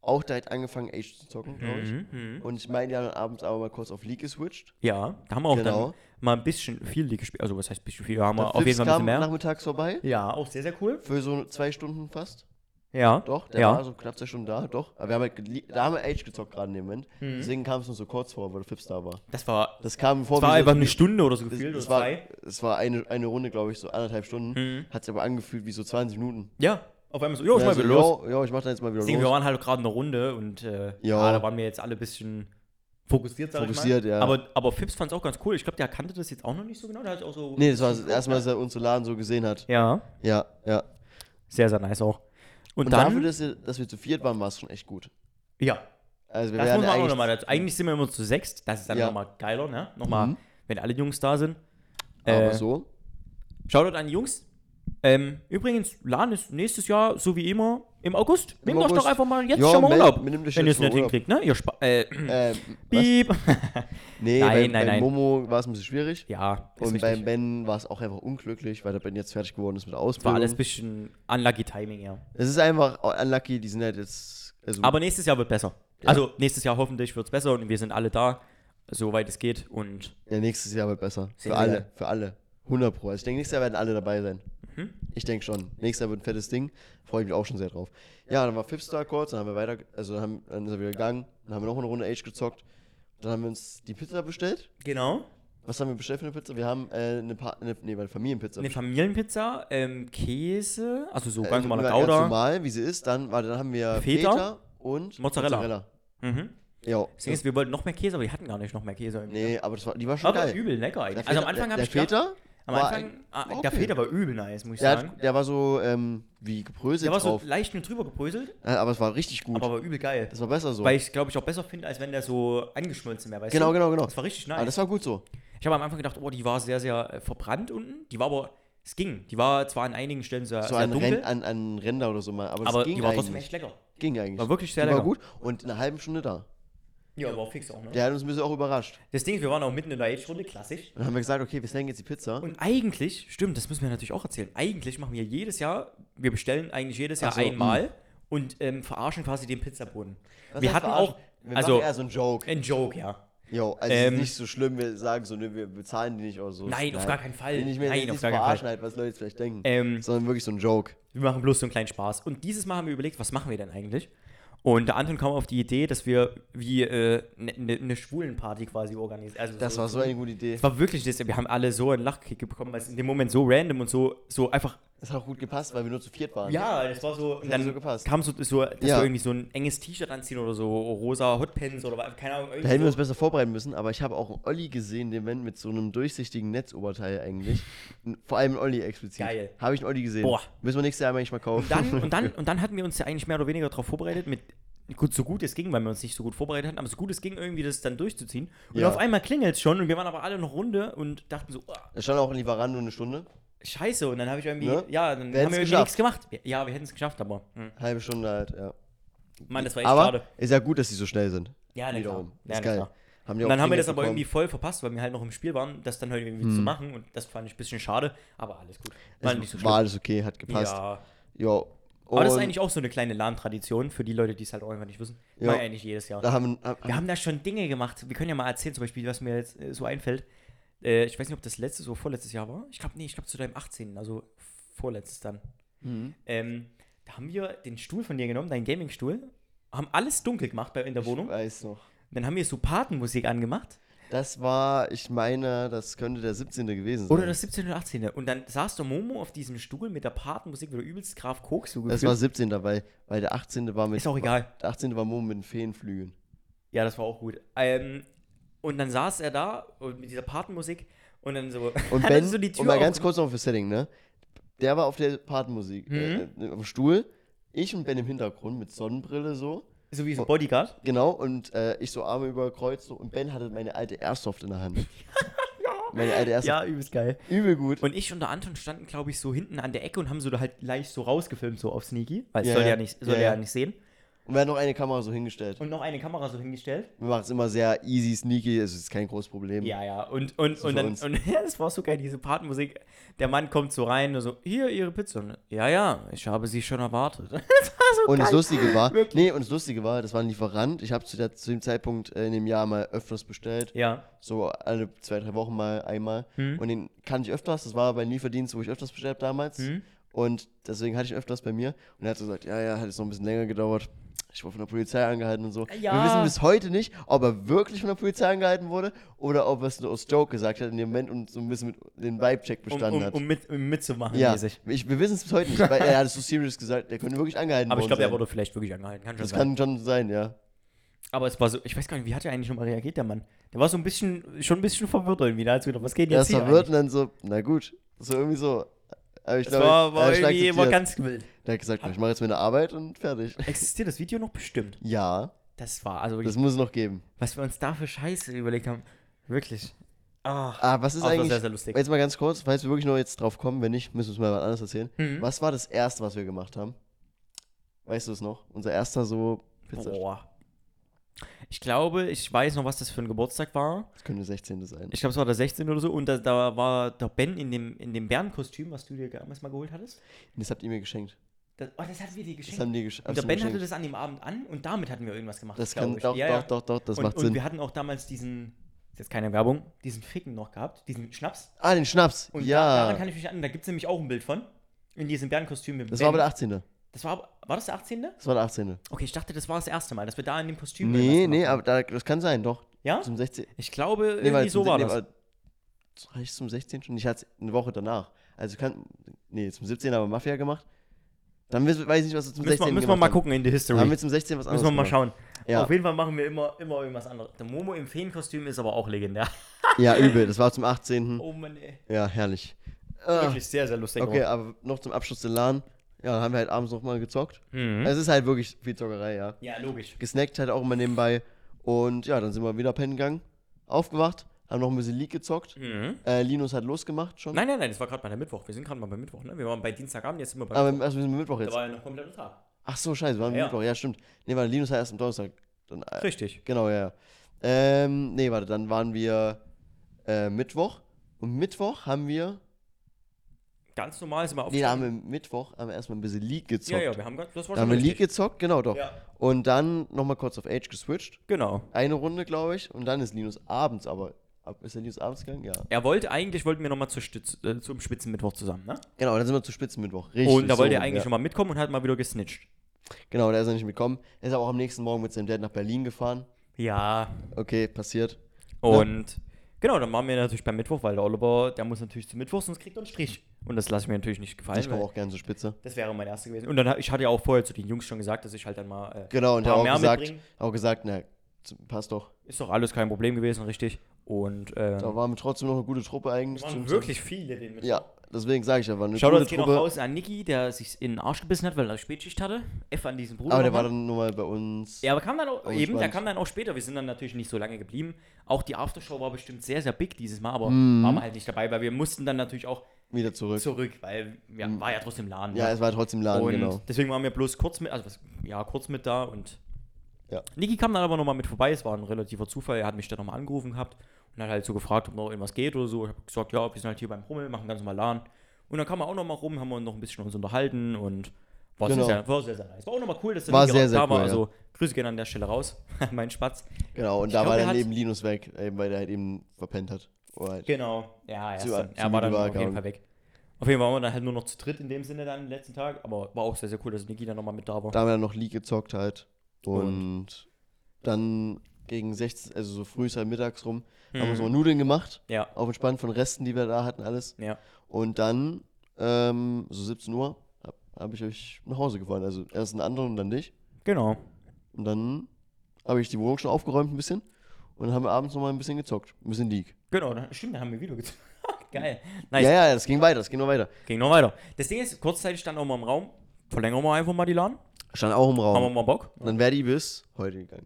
auch direkt angefangen, Age zu zocken, glaube ich.
Mhm, mhm.
Und ich meine, die haben dann abends aber mal kurz auf League geswitcht.
Ja, da haben wir auch
Genau.
dann mal ein bisschen viel League gespielt. Also, was heißt ein bisschen viel? Da haben
Dann
wir auf jeden
Flips
Fall ein bisschen
kam
mehr.
nachmittags vorbei.
Ja, auch sehr, sehr cool.
Für so zwei Stunden fast.
Ja.
Doch, der
ja.
war so knapp zwei Stunden da, doch. Aber wir haben halt gelie- da haben wir Age gezockt gerade in dem Moment.
Mhm.
Deswegen kam es nur so kurz vor, weil der Flips da war.
Das war.
Das kam vor
Das war
wie so-
einfach eine Stunde oder so gefühlt.
es
oder
war,
zwei.
es war eine, eine Runde, glaube ich, so anderthalb Stunden. Hat sich aber angefühlt wie so 20 Minuten.
Ja, auf einmal so. Jo,
Ja,
ich Mhm. mal
so,
wieder los.
Ja, ich mach dann jetzt mal wieder
Deswegen, wir
los.
waren halt gerade in der Runde und äh,
Ja.
ja, da waren wir jetzt alle ein bisschen fokussiert, sag
Fokussiert,
ich mal.
ja.
Aber, aber Fips fand es auch ganz cool. Ich glaube, der kannte das jetzt auch noch nicht so genau. Der hat auch so.
Nee, das war das erste Mal, dass er uns so Laden so gesehen hat.
Ja,
Ja, ja.
sehr, sehr nice auch. Und,
Und
dann.
dafür, dass wir, dass wir zu viert waren, war es schon echt gut.
ja,
Also wir
das
wären
muss man auch
eigentlich-
nochmal dazu. Eigentlich sind wir immer zu sechst. Das ist dann
Ja.
nochmal geiler, ne? Nochmal,
Mhm.
wenn alle Jungs da sind.
Aber
äh,
so.
Shoutout an die Jungs. Ähm, übrigens, LAN ist nächstes Jahr, so wie immer, im August. Nehmt euch
August.
doch einfach mal jetzt
Ja,
schon mal
meld-
Urlaub.
nehmt euch
wenn ihr
jetzt
es nicht
mal Urlaub.
hinkriegt, ne? Ihr Spa äh, [clears throat]
Ähm, was?
Piep. [laughs]
Nee,
Nein,
bei,
nein,
bei
nein.
Momo war es ein bisschen schwierig.
ja, ist
Und
richtig.
beim Ben war es auch einfach unglücklich, weil der Ben jetzt fertig geworden ist mit der Ausbildung.
War alles ein bisschen unlucky Timing, ja.
es ist einfach unlucky, die sind halt jetzt. Also
Aber nächstes Jahr wird besser. Also nächstes Jahr hoffentlich wird es besser und wir sind alle da, soweit es geht. Und
ja, nächstes Jahr wird besser.
Sehr,
für
sehr
alle,
geil.
für alle. 100 Pro. Also ich denke, nächstes Jahr werden alle dabei sein.
Mhm.
Ich denke schon. Nächstes Jahr wird ein fettes Ding. Freue ich mich auch schon sehr drauf. Ja, dann war Fipstar kurz, dann haben wir weiter, also dann, haben, dann ist er wieder gegangen, dann haben wir noch eine Runde Age gezockt. Dann haben wir uns die Pizza bestellt.
genau.
Was haben wir bestellt für eine Pizza? Wir haben äh, eine, pa eine, nee, eine Familienpizza.
Eine Familienpizza, ähm, Käse, also so
Äh,
ganz normaler
Ganz
Gouda.
normal, wie sie ist. Dann, warte, dann haben wir Feta,
Feta
und
Mozzarella. Mhm.
Ja.
Das Ding ist, wir wollten noch mehr Käse, aber die hatten gar nicht noch mehr Käse. irgendwie.
Nee, aber das war, die war schon
aber
geil.
übel lecker
Der
eigentlich.
Feta-
Also am Anfang
der-
habe ich
der
gedacht,
Feta
am
war
Anfang,
ein-
ah,
war
der
okay.
Feta war übel nice, muss ich
Der,
sagen.
hat, der war so ähm, wie gebröselt
Der war so
drauf. äh,
leicht nur drüber gebröselt,
aber es war richtig gut.
aber war übel geil.
das war besser so.
Weil ich glaube ich auch besser finde, als wenn der so angeschmolzen wäre, weißt
Genau,
du?
genau, genau.
Das war richtig
aber
nice.
das war gut so.
Ich habe am Anfang gedacht, oh, die war sehr, sehr äh, verbrannt unten. Die war aber Es ging. Die war zwar an einigen Stellen sehr,
So
sehr
an,
dunkel,
Ren an, an Ränder oder so mal. Aber,
aber
es ging
die war trotzdem
eigentlich.
echt lecker.
Ging eigentlich.
War wirklich sehr
die
lecker.
war gut und in einer halben Stunde da.
Ja, aber auch fix auch, ne?
Der hat uns ein bisschen auch überrascht.
Das Ding ist, wir waren auch mitten in der Age-Runde, klassisch.
Dann haben wir gesagt, okay, wir snacking jetzt die Pizza.
Und eigentlich, stimmt, das müssen wir natürlich auch erzählen. Eigentlich machen wir jedes Jahr, wir bestellen eigentlich jedes Jahr
Ach so, hm.
einmal und ähm, verarschen quasi den Pizzaboden.
Was
wir
heißt
hatten
verarschen?
auch,
Wir
also
machen eher so einen Joke.
ein Joke, ja.
Jo, also es
Ähm,
ist nicht so schlimm, wir sagen so, ne, wir bezahlen die nicht oder so.
Nein, auf gar keinen Fall.
Nicht mehr,
Nein,
nicht
auf
so
gar keinen
verarschen
Fall.
halt, was Leute jetzt vielleicht denken.
Ähm,
sondern wirklich so ein Joke.
Wir machen bloß so einen kleinen Spaß. Und dieses Mal haben wir überlegt, was machen wir denn eigentlich? Und der Anton kam auf die Idee, dass wir wie eine äh, ne, ne ne Schwulenparty quasi organisieren. Also
Das war so eine gute Idee.
Es war wirklich, das, wir haben alle so einen Lachkick bekommen, weil es in dem Moment so random und so, so einfach.
Das hat auch gut gepasst, weil wir nur zu viert waren.
Ja, das war so. Und
hätte
dann
so gepasst.
kam so, so dass
Ja.
wir irgendwie so ein enges T-Shirt anziehen oder so rosa Hotpants oder was, keine Ahnung.
Da
irgendwie
hätten wir uns
so.
besser vorbereiten müssen, aber ich habe auch einen Olli gesehen, den Mann mit so einem durchsichtigen Netzoberteil
[laughs]
eigentlich. Vor allem einen Olli explizit.
Geil.
Habe ich einen Olli gesehen.
Boah.
Müssen wir nächstes Jahr eigentlich mal kaufen.
Und dann, und, dann, und dann hatten wir uns ja eigentlich mehr oder weniger darauf vorbereitet, mit gut, so gut es ging, weil wir uns nicht so gut vorbereitet hatten, aber so gut es ging, irgendwie das dann durchzuziehen. Und
Ja.
auf einmal klingelt es schon und wir waren aber alle noch Runde und dachten so, oh,
[laughs] Da stand auch ein Lieferando eine Stunde.
scheiße. Und dann habe ich irgendwie,
Ne?
ja, dann
Wir
haben
hätten's
wir irgendwie nichts gemacht. Ja, wir hätten es geschafft, aber. Hm.
Halbe Stunde halt, ja.
Mann, das war echt
Aber
schade.
ist ja gut, dass die so schnell sind.
Ja, na klar.
Wiederum.
Ja,
Ist
na
geil.
klar.
Haben die
Und
auch
dann haben wir
Feedback
das aber
bekommen. Hm.
irgendwie voll verpasst, weil wir halt noch im Spiel waren, das dann halt irgendwie zu machen und das fand ich ein bisschen schade, aber alles gut. War
Es
nicht so schlimm.
war alles okay, hat gepasst.
Ja.
Jo.
Aber das ist
Und
eigentlich auch so eine kleine LAN-Tradition für die Leute, die es halt auch einfach nicht wissen.
Ja.
Ja. War eigentlich jedes Jahr.
Da haben, haben,
Wir haben da schon Dinge gemacht. Wir können ja mal erzählen, zum Beispiel, was mir jetzt äh, so einfällt. Äh, ich weiß nicht, ob das letztes oder vorletztes Jahr war. Ich glaube, nee, ich glaube zu deinem 18. Also vorletztes dann.
Mhm.
Ähm, da haben wir den Stuhl von dir genommen, deinen Gaming-Stuhl, haben alles dunkel gemacht bei, in der
ich
Wohnung.
weiß noch.
Dann haben wir so Patenmusik angemacht.
Das war, ich meine, das könnte der 17. gewesen sein.
Oder das 17. oder 18. Und dann saß der Momo auf diesem Stuhl mit der Patenmusik, wurde übelst Graf Koks
das
zugeführt.
war 17. weil, weil der 18. war mit.
Ist auch egal.
Der 18. war Mo mit den Feenflügeln.
ja, das war auch gut. Ähm, und dann saß er da und mit dieser Patenmusik und dann so. [laughs]
Und
hat er
Ben,
so die Tür
und mal ganz
aufgemacht.
kurz noch für Setting, ne? Der war auf der Partenmusik,
Mhm.
äh, auf dem Stuhl. Ich und Ben im Hintergrund mit Sonnenbrille so.
So wie so ein Bodyguard.
Genau, und äh, ich so Arme über Kreuz so. Und Ben hatte meine alte Airsoft in der Hand.
[laughs]
Meine alte Airsoft.
Ja, übelst geil.
Übel gut.
Und ich und der Anton standen, glaube ich, so hinten an der Ecke und haben so da halt leicht so rausgefilmt, so auf Sneaky, weil es
Ja,
soll
ja.
ja nicht, soll
Ja,
ja,
ja.
nicht sehen.
Und wir hatten noch eine Kamera so hingestellt.
Und noch eine Kamera so hingestellt.
Wir machen es immer sehr easy, sneaky, es ist kein großes Problem.
Mhm. Ja, ja. Und, und,
für
und dann,
uns.
[laughs] und ja, das war so geil, diese Partenmusik. Der Mann kommt so rein und so, hier, ihre Pizza. Und, ja, ja, ich habe sie schon erwartet. [laughs] Das war so
Und das
geil.
Lustige war, nee, und das Lustige war, das war ein Lieferant. Ich habe zu, der- zu dem Zeitpunkt äh, in dem Jahr mal öfters bestellt.
Ja.
So alle zwei, drei Wochen mal einmal.
Hm.
Und den kannte ich öfters. Das war beim Lieferdienst, wo ich öfters bestellt habe damals.
Hm.
Und deswegen hatte ich ihn öfters bei mir. Und er hat so gesagt, ja, ja, hat jetzt noch ein bisschen länger gedauert. Ich wurde von der Polizei angehalten und so. Wir
Ja.
wissen bis heute nicht, ob er wirklich von der Polizei angehalten wurde oder ob er es nur aus Joke gesagt hat in dem Moment und so ein bisschen mit den Vibe-Check
Um,
bestanden
um,
hat.
um, mit, um mitzumachen,
ja,
mäßig.
ich, wir wissen es bis heute nicht, weil er hat es so serious gesagt, der könnte wirklich angehalten
Aber ich
worden
glaube, er
sein.
wurde vielleicht wirklich angehalten. Kann schon
Das
sein.
kann schon sein, ja.
Aber es war so, ich weiß gar nicht, wie hat er eigentlich nochmal reagiert, der Mann? Der war so ein bisschen, schon ein bisschen verwirrt irgendwie. Da hat so gedacht, was geht
Er
jetzt
ist
hier?
verwirrt und dann so, na gut. So irgendwie so. Aber ich
Das
glaube,
war, war
er hat stark
irgendwie war
akzeptiert.
ganz wild.
Der hat gesagt, ich mache jetzt meine Arbeit und fertig. [laughs]
Existiert das Video noch bestimmt?
Ja,
Das war, also wirklich,
das muss es noch geben.
was wir uns da für Scheiße überlegt haben. Wirklich. Ach,
Ah, was ist
Ach, das ist
eigentlich.
sehr, sehr lustig.
Jetzt mal ganz kurz, falls wir wirklich noch jetzt drauf kommen, wenn nicht, müssen wir es mal was anderes erzählen.
Mhm.
Was war das erste, was wir gemacht haben? Weißt du es noch? Unser erster so Pizza.
boah. Ich glaube, ich weiß noch, was das für ein Geburtstag war.
Das könnte 16. sein.
Ich glaube, es war der 16. oder so. Und da, da war der Ben in dem, in dem Bärenkostüm, was du dir damals mal geholt hattest.
Das habt ihr mir geschenkt.
Das, oh, das hatten wir dir
Das
geschenkt.
haben die gesch
Und
hast
der
du mir
Ben
geschenkt.
hatte das an dem Abend an und damit hatten wir irgendwas gemacht.
Das
glaub
kann,
ich.
doch,
Ja, ja.
doch, doch, doch, das
und,
macht
und
Sinn.
wir hatten auch damals diesen, ist jetzt keine Werbung, diesen Ficken noch gehabt, diesen Schnaps.
Ah, den Schnaps.
Und da,
ja.
daran kann ich mich an, da gibt es nämlich auch ein Bild von. In diesem Bärenkostüm mit
das
Ben.
war aber der 18.
das war, war das der 18.?
Das war der 18.
Okay, ich dachte, das war das erste Mal, dass wir da in dem Kostüm
Nee,
irgendwas
nee,
gemacht
aber da, das kann sein, doch.
haben. Ja?
Zum 16.
Ich glaube,
Nee,
irgendwie
weil
so
zum,
war
nee,
das.
weil- Hatte ich zum 16 schon? Ich hatte es eine Woche danach. Also kann. Nee, zum 17 haben wir Mafia gemacht. Dann wiss- weiß ich nicht, was wir zum
Müssen wir,
16
müssen wir
gemacht
mal
haben.
gucken in die History.
Haben wir
Müssen
zum 16 was anderes
wir mal
gemacht?
schauen.
Ja.
Auf jeden Fall machen wir immer, immer irgendwas anderes. Der Momo im Feenkostüm ist aber
[laughs]
auch legendär.
Ja, übel. Das war zum 18.
Oh Mann, ey.
Ja, herrlich. Ah,
Wirklich sehr, sehr lustig.
okay, aber noch zum Abschluss den Laden. Ja, dann haben wir halt abends nochmal gezockt.
Mhm.
Es ist halt wirklich viel Zockerei, ja.
Ja, logisch.
Gesnackt halt auch immer nebenbei. Und ja, dann sind wir wieder pennen gegangen. Aufgewacht, haben noch ein bisschen League gezockt.
Mhm.
Äh, Linus hat losgemacht schon.
Nein, nein, nein, das war gerade bei der Mittwoch. Wir sind gerade mal bei Mittwoch, ne? Wir waren bei Dienstagabend, jetzt sind wir bei
Aber also wir sind Mittwoch
Da
jetzt.
war ja noch kompletter Tag.
Ach so, scheiße, wir waren
Ja, ja.
Mittwoch. Ja, stimmt. Nee, weil Linus hat erst am Donnerstag. Dann, äh,
Richtig.
Genau, ja, ja. Ähm, nee, warte, dann waren wir äh, Mittwoch. Und Mittwoch haben wir.
Ganz normal sind wir auf
Nee, da haben wir Mittwoch haben wir erstmal ein bisschen League gezockt.
Ja, ja, wir haben ganz. Das war
da haben wir
schon
League
richtig.
gezockt, genau doch.
Ja.
Und dann nochmal kurz auf Age geswitcht.
Genau.
Eine Runde, glaube ich. Und dann ist Linus abends, aber. ab- Ist der Linus abends gegangen? Ja.
Er wollte, eigentlich wollten wir nochmal zur Stütz, äh, zum Spitzenmittwoch zusammen, ne?
Genau, dann sind wir zu Spitzenmittwoch. Richtig.
und da wollte
so
er
rum,
eigentlich
ja.
nochmal mitkommen und hat mal wieder gesnitcht.
Genau, da ist er nicht mitgekommen. Er ist aber auch am nächsten Morgen mit seinem Dad nach Berlin gefahren.
Ja.
Okay, passiert.
Und genau, dann waren wir natürlich beim Mittwoch, weil der Oliver, der muss natürlich zum Mittwoch, sonst kriegt er einen Strich. Und das lasse ich mir natürlich nicht gefallen.
Ich komme
weil
auch gerne zur Spitze.
Das wäre mein erster gewesen. Und dann, ich hatte ja auch vorher zu den Jungs schon gesagt, dass ich halt dann mal. Äh,
Genau,
ein
und er hat
paar
auch
mehr
gesagt,
mitbringen.
auch gesagt, na, z- passt doch.
Ist doch alles kein Problem gewesen, richtig. Und. Äh,
Da waren wir trotzdem noch eine gute Truppe eigentlich.
waren
Zum-
wirklich viele den Mittwoch.
Ja, deswegen sage ich ja, war eine
Shoutouts
gute
gehen auch
Truppe.
raus an Niki, der sich in den Arsch gebissen hat, weil er Spätschicht hatte. F an diesen Bruder.
Aber der war
nochmal.
dann nur mal bei uns.
ja, aber kam dann auch,
Aber
eben, der
spannend.
kam dann auch später. Wir sind dann natürlich nicht so lange geblieben. Auch die Aftershow war bestimmt sehr, sehr big dieses Mal, aber
Mhm.
waren wir halt nicht dabei, weil wir mussten dann natürlich auch
Wieder zurück.
zurück, weil ja, war ja trotzdem Laden.
Mhm. Ja,
ne?
es war trotzdem Laden,
und
genau.
deswegen waren wir bloß kurz mit, also was, ja, kurz mit da und
Ja.
Niki kam dann aber nochmal mit vorbei, es war ein relativer Zufall, er hat mich dann nochmal angerufen gehabt und hat halt so gefragt, ob noch irgendwas geht oder so. Ich habe gesagt, ja, wir sind halt hier beim Rummel, machen ganz normal LAN. Und dann kam er auch nochmal rum, haben wir noch ein bisschen uns unterhalten und war,
Genau.
sehr, sehr, war sehr, sehr nice. War auch nochmal cool, dass der
War
Niki
sehr,
auch
sehr
da
cool,
war.
ja.
Also Grüße gehen an der Stelle raus, [laughs] mein Spatz.
Genau, und
Ich
da
glaub,
war
er
dann
hat-
eben Linus weg, eben, weil der halt eben verpennt hat. Oder halt.
Genau, ja, er, ist
Zu-
dann,
zu
er war dann
müde war
auf jeden
gegangen.
Fall weg. Auf jeden Fall waren wir dann halt nur noch zu dritt in dem Sinne dann, den letzten Tag, aber war auch sehr, sehr cool, dass Niki dann nochmal mit da war.
Da haben wir dann noch League gezockt halt. Und, dann gegen 16, also so früh ist halt mittags rum, haben wir
Hm.
uns mal Nudeln gemacht.
Ja,
Auf entspannt von Resten, die wir da hatten, alles.
ja.
Und dann, ähm, so 17 Uhr, habe hab ich euch nach Hause gefahren. Also erst einen anderen und dann dich.
Genau.
Und dann habe ich die Wohnung schon aufgeräumt ein bisschen. Und dann haben wir abends nochmal ein bisschen gezockt. Ein bisschen League.
Genau, da- stimmt, da haben wir Video gezogen. [laughs] Geil. Nice.
Ja, ja, das ging weiter, das ging noch weiter.
Ging noch weiter. Das Ding ist, kurzzeitig stand auch mal im Raum. Verlängern wir einfach mal die LAN.
Stand auch im
Haben wir
Raum.
mal Bock?
Und dann wäre die bis heute gegangen.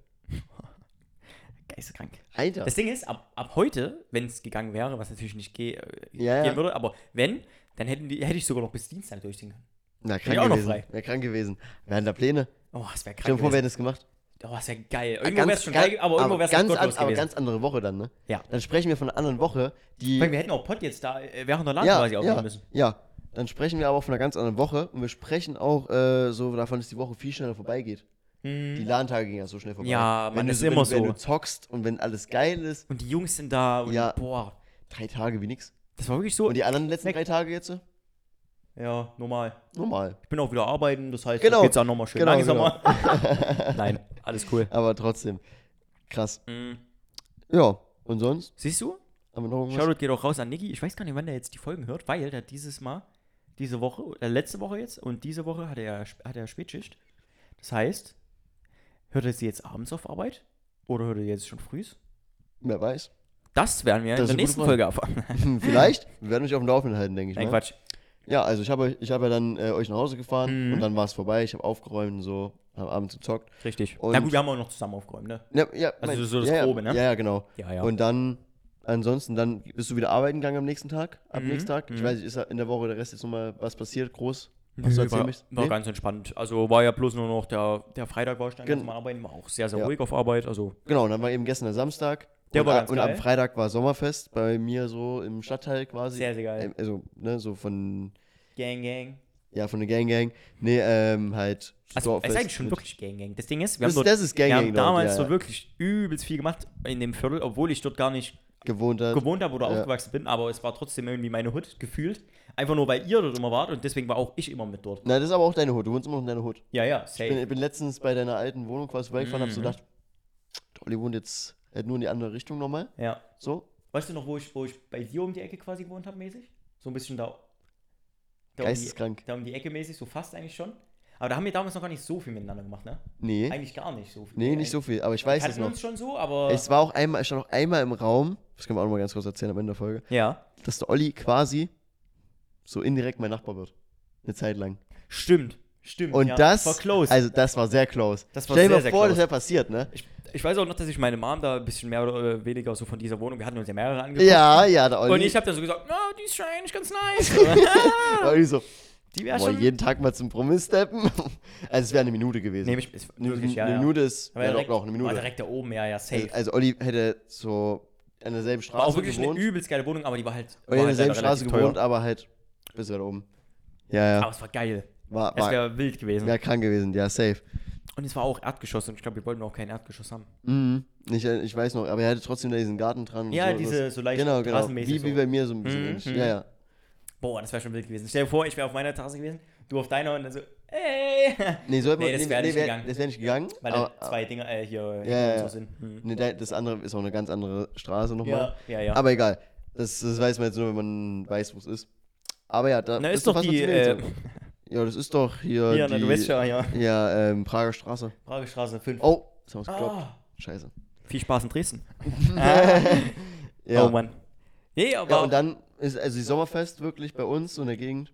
Geisteskrank.
Alter.
Das Ding ist, ab, ab heute, wenn es gegangen wäre, was natürlich nicht ge äh,
Ja, ja.
gehen würde, aber wenn, dann hätten die, hätte ich sogar noch bis Dienstag durchziehen können.
Na,
bin ich
krank
auch noch
gewesen.
frei.
Wäre krank gewesen. Wir hatten da Pläne.
Oh, das
Stell
wäre krank.
dir vor, wir
gewesen.
hätten es gemacht.
Oh, das wäre geil. Irgendwo wäre es schon geil, aber irgendwo wäre es
ganz,
gottlos
an- aber
gewesen.
ganz andere Woche dann, ne?
Ja.
Dann sprechen wir von einer anderen Woche, die.
Weil wir hätten auch Pott jetzt da äh, während der LAN
ja,
quasi aufnehmen
ja,
müssen.
ja. Dann sprechen wir aber von einer ganz anderen Woche und wir sprechen auch äh, so davon, dass die Woche viel schneller vorbeigeht. Die LAN-Tage gingen ja so schnell vorbei.
Hm. Ja,
Wenn
man,
du-
das ist
wenn,
immer
Wenn
so.
du zockst und wenn alles geil ist,
Und die Jungs sind da und
Ja.
boah.
drei Tage wie nix.
Das war wirklich so.
Und die anderen letzten
Weg.
drei Tage jetzt? so?
ja, normal.
Normal.
Ich bin auch wieder arbeiten, das heißt,
Genau.
jetzt geht's auch nochmal schön
Genau,
langsamer. [laughs] Nein, alles cool.
Aber trotzdem. Krass.
Mm.
Ja, und sonst?
Siehst du?
Haben wir noch irgendwas?
Shoutout geht auch raus an Niki. Ich weiß gar nicht, wann der jetzt die Folgen hört, weil der dieses Mal, diese Woche, äh, letzte Woche jetzt und diese Woche hat er, sp- hat er Spätschicht. Das heißt, hört er sie jetzt abends auf Arbeit oder hört er jetzt schon früh?
Wer weiß. [laughs]
Das werden wir
Das
in
ist
der
eine gute
nächsten
Frage.
Folge erfahren.
Hm,
[laughs]
Vielleicht. Wir werden euch auf dem Laufenden halten, denke ich
Nein,
mal.
Quatsch.
Ja, also ich habe ich hab ja dann äh, euch nach Hause gefahren
Mhm.
und dann war es vorbei. Ich habe aufgeräumt und so, habe abends gezockt.
Richtig.
Und-
Na gut, wir haben auch noch zusammen aufgeräumt, ne?
Ja, ja,
Also so das
ja,
Grobe,
ja,
ne?
Ja, ja, genau.
Ja, ja.
Und dann, ansonsten, dann bist du wieder arbeiten gegangen am nächsten Tag, am
Mhm,
nächsten Tag. Ich weiß nicht, ist da in der Woche der Rest jetzt nochmal was passiert, groß? Was du
Nö,
erzählen
war,
möchtest?
war
Nee?
ganz entspannt. Also war ja bloß nur noch der, der Freitag war ich dann
Gen-
ganz normal arbeiten, war auch sehr, sehr
Ja.
ruhig auf Arbeit. Also
Genau, und dann war eben gestern der Samstag.
Der
und,
war
a-
ganz
und
geil.
am Freitag war Sommerfest bei mir so im Stadtteil quasi.
Sehr, sehr geil.
Ähm, Also, ne, so von,
Gang, Gang.
ja, von der Gang Gang. Nee, ähm, halt.
Also es
Dorffest
ist eigentlich schon
mit-
wirklich Gang Gang. Das Ding ist, wir
Das,
haben, dort,
das ist Gang
wir
Gang.
haben
dort,
damals
ja,
so
ja.
wirklich übelst viel gemacht in dem Viertel, obwohl ich dort gar nicht
gewohnt hat.
gewohnt habe oder
Also, Ja.
aufgewachsen bin, aber es war trotzdem irgendwie meine Hut gefühlt. Einfach nur, weil ihr dort immer wart und deswegen war auch ich immer mit dort.
Na, das ist aber auch deine Hut. Du wohnst immer noch in deiner Hut.
Ja, ja,
Ich bin,
safe.
ich bin letztens bei deiner alten Wohnung quasi vorbeigefahren,
Mhm.
hab so gedacht, der Olli wohnt jetzt äh, nur in die andere Richtung nochmal.
Ja.
So.
Weißt du noch, wo ich, wo ich bei dir um die Ecke quasi gewohnt habe, mäßig? So ein bisschen da. da um die,
Geisteskrank.
da um die Ecke mäßig, so fast eigentlich schon. Aber da haben wir damals noch gar nicht so viel miteinander gemacht, ne?
Nee.
Eigentlich gar nicht so viel.
Nee, nicht so viel. Aber ich
Wir
weiß es
hatten
noch.
uns schon so, aber.
Es war auch einmal, ich stand auch einmal im Raum, das können wir auch noch mal ganz kurz erzählen am Ende der Folge,
ja.
dass der Olli quasi so indirekt mein Nachbar wird. Eine Zeit lang.
Stimmt. Stimmt.
Und
ja.
das,
war close.
also das war sehr close.
Das war
Stell dir
sehr,
mal
sehr
vor, das
close.
wäre passiert, ne?
Ich- Ich weiß auch noch, dass ich meine Mom da ein bisschen mehr oder äh, weniger so von dieser Wohnung, wir hatten uns ja mehrere angeguckt.
Ja, ja, der Olli.
Und ich habe dann so gesagt, na, die ist schon eigentlich
[laughs]
ganz nice. Ah,
Olli so,
die wäre
boah,
schon.
jeden Tag mal zum Promis steppen. [laughs] also es wäre eine Minute gewesen.
nee, mich, ist
eine,
wirklich, ja,
eine
ja.
Minute ist,
Aber
ja
direkt-
doch noch eine
War
Minute.
direkt da oben, ja, ja, safe.
Also, also Olli hätte so an derselben
war
Straße
auch wirklich
gewohnt.
eine übelst geile Wohnung, aber die war halt. War
Olli an
halt
derselben
leider
Straße
relativ teuer.
gewohnt, aber halt bis weit oben. Ja, ja,
Aber es war geil.
war,
Es
war,
wäre wild gewesen.
wär krank gewesen, ja, safe.
Und es war auch Erdgeschoss und ich glaube, wir wollten auch kein Erdgeschoss haben.
Mhm. Ich, ich weiß noch, aber er hatte trotzdem da diesen Garten dran. und
Ja,
so,
diese
das-
so leicht
genau, genau.
terrassenmäßig
Wie, wie
so.
bei mir so ein bisschen
Mhm,
ähnlich.
mhm.
Ja, ja.
Boah, das wäre schon wild gewesen. Stell dir vor, ich wäre auf meiner Terrasse gewesen, du auf deiner und dann so, ey!
Nee, soll
Nee, das wär nicht
wär-
gegangen.
Das wäre nicht gegangen.
[laughs] Weil
aber,
da zwei Dinger äh, hier hinter
ja,
uns
ja.
so sind. Hm.
nee, da- das andere ist auch eine ganz andere Straße nochmal.
Ja, ja, ja.
Aber egal. Das, das weiß man jetzt nur, wenn man weiß, wo es ist. Aber ja, da
Na,
das
ist doch
fast
die.
mal zu
Äh,
mir so. ja, das ist doch hier.
hier,
die,
na, du weißt schon, ja.
Ja, ähm, Prager Straße.
Pragestraße 5.
Oh, das haben wir geglaubt.
ah,
Scheiße.
viel Spaß in Dresden.
[laughs] Ja.
Ah. Oh Mann. Nee, aber
ja, und dann ist also die Sommerfest wirklich bei uns so in der Gegend.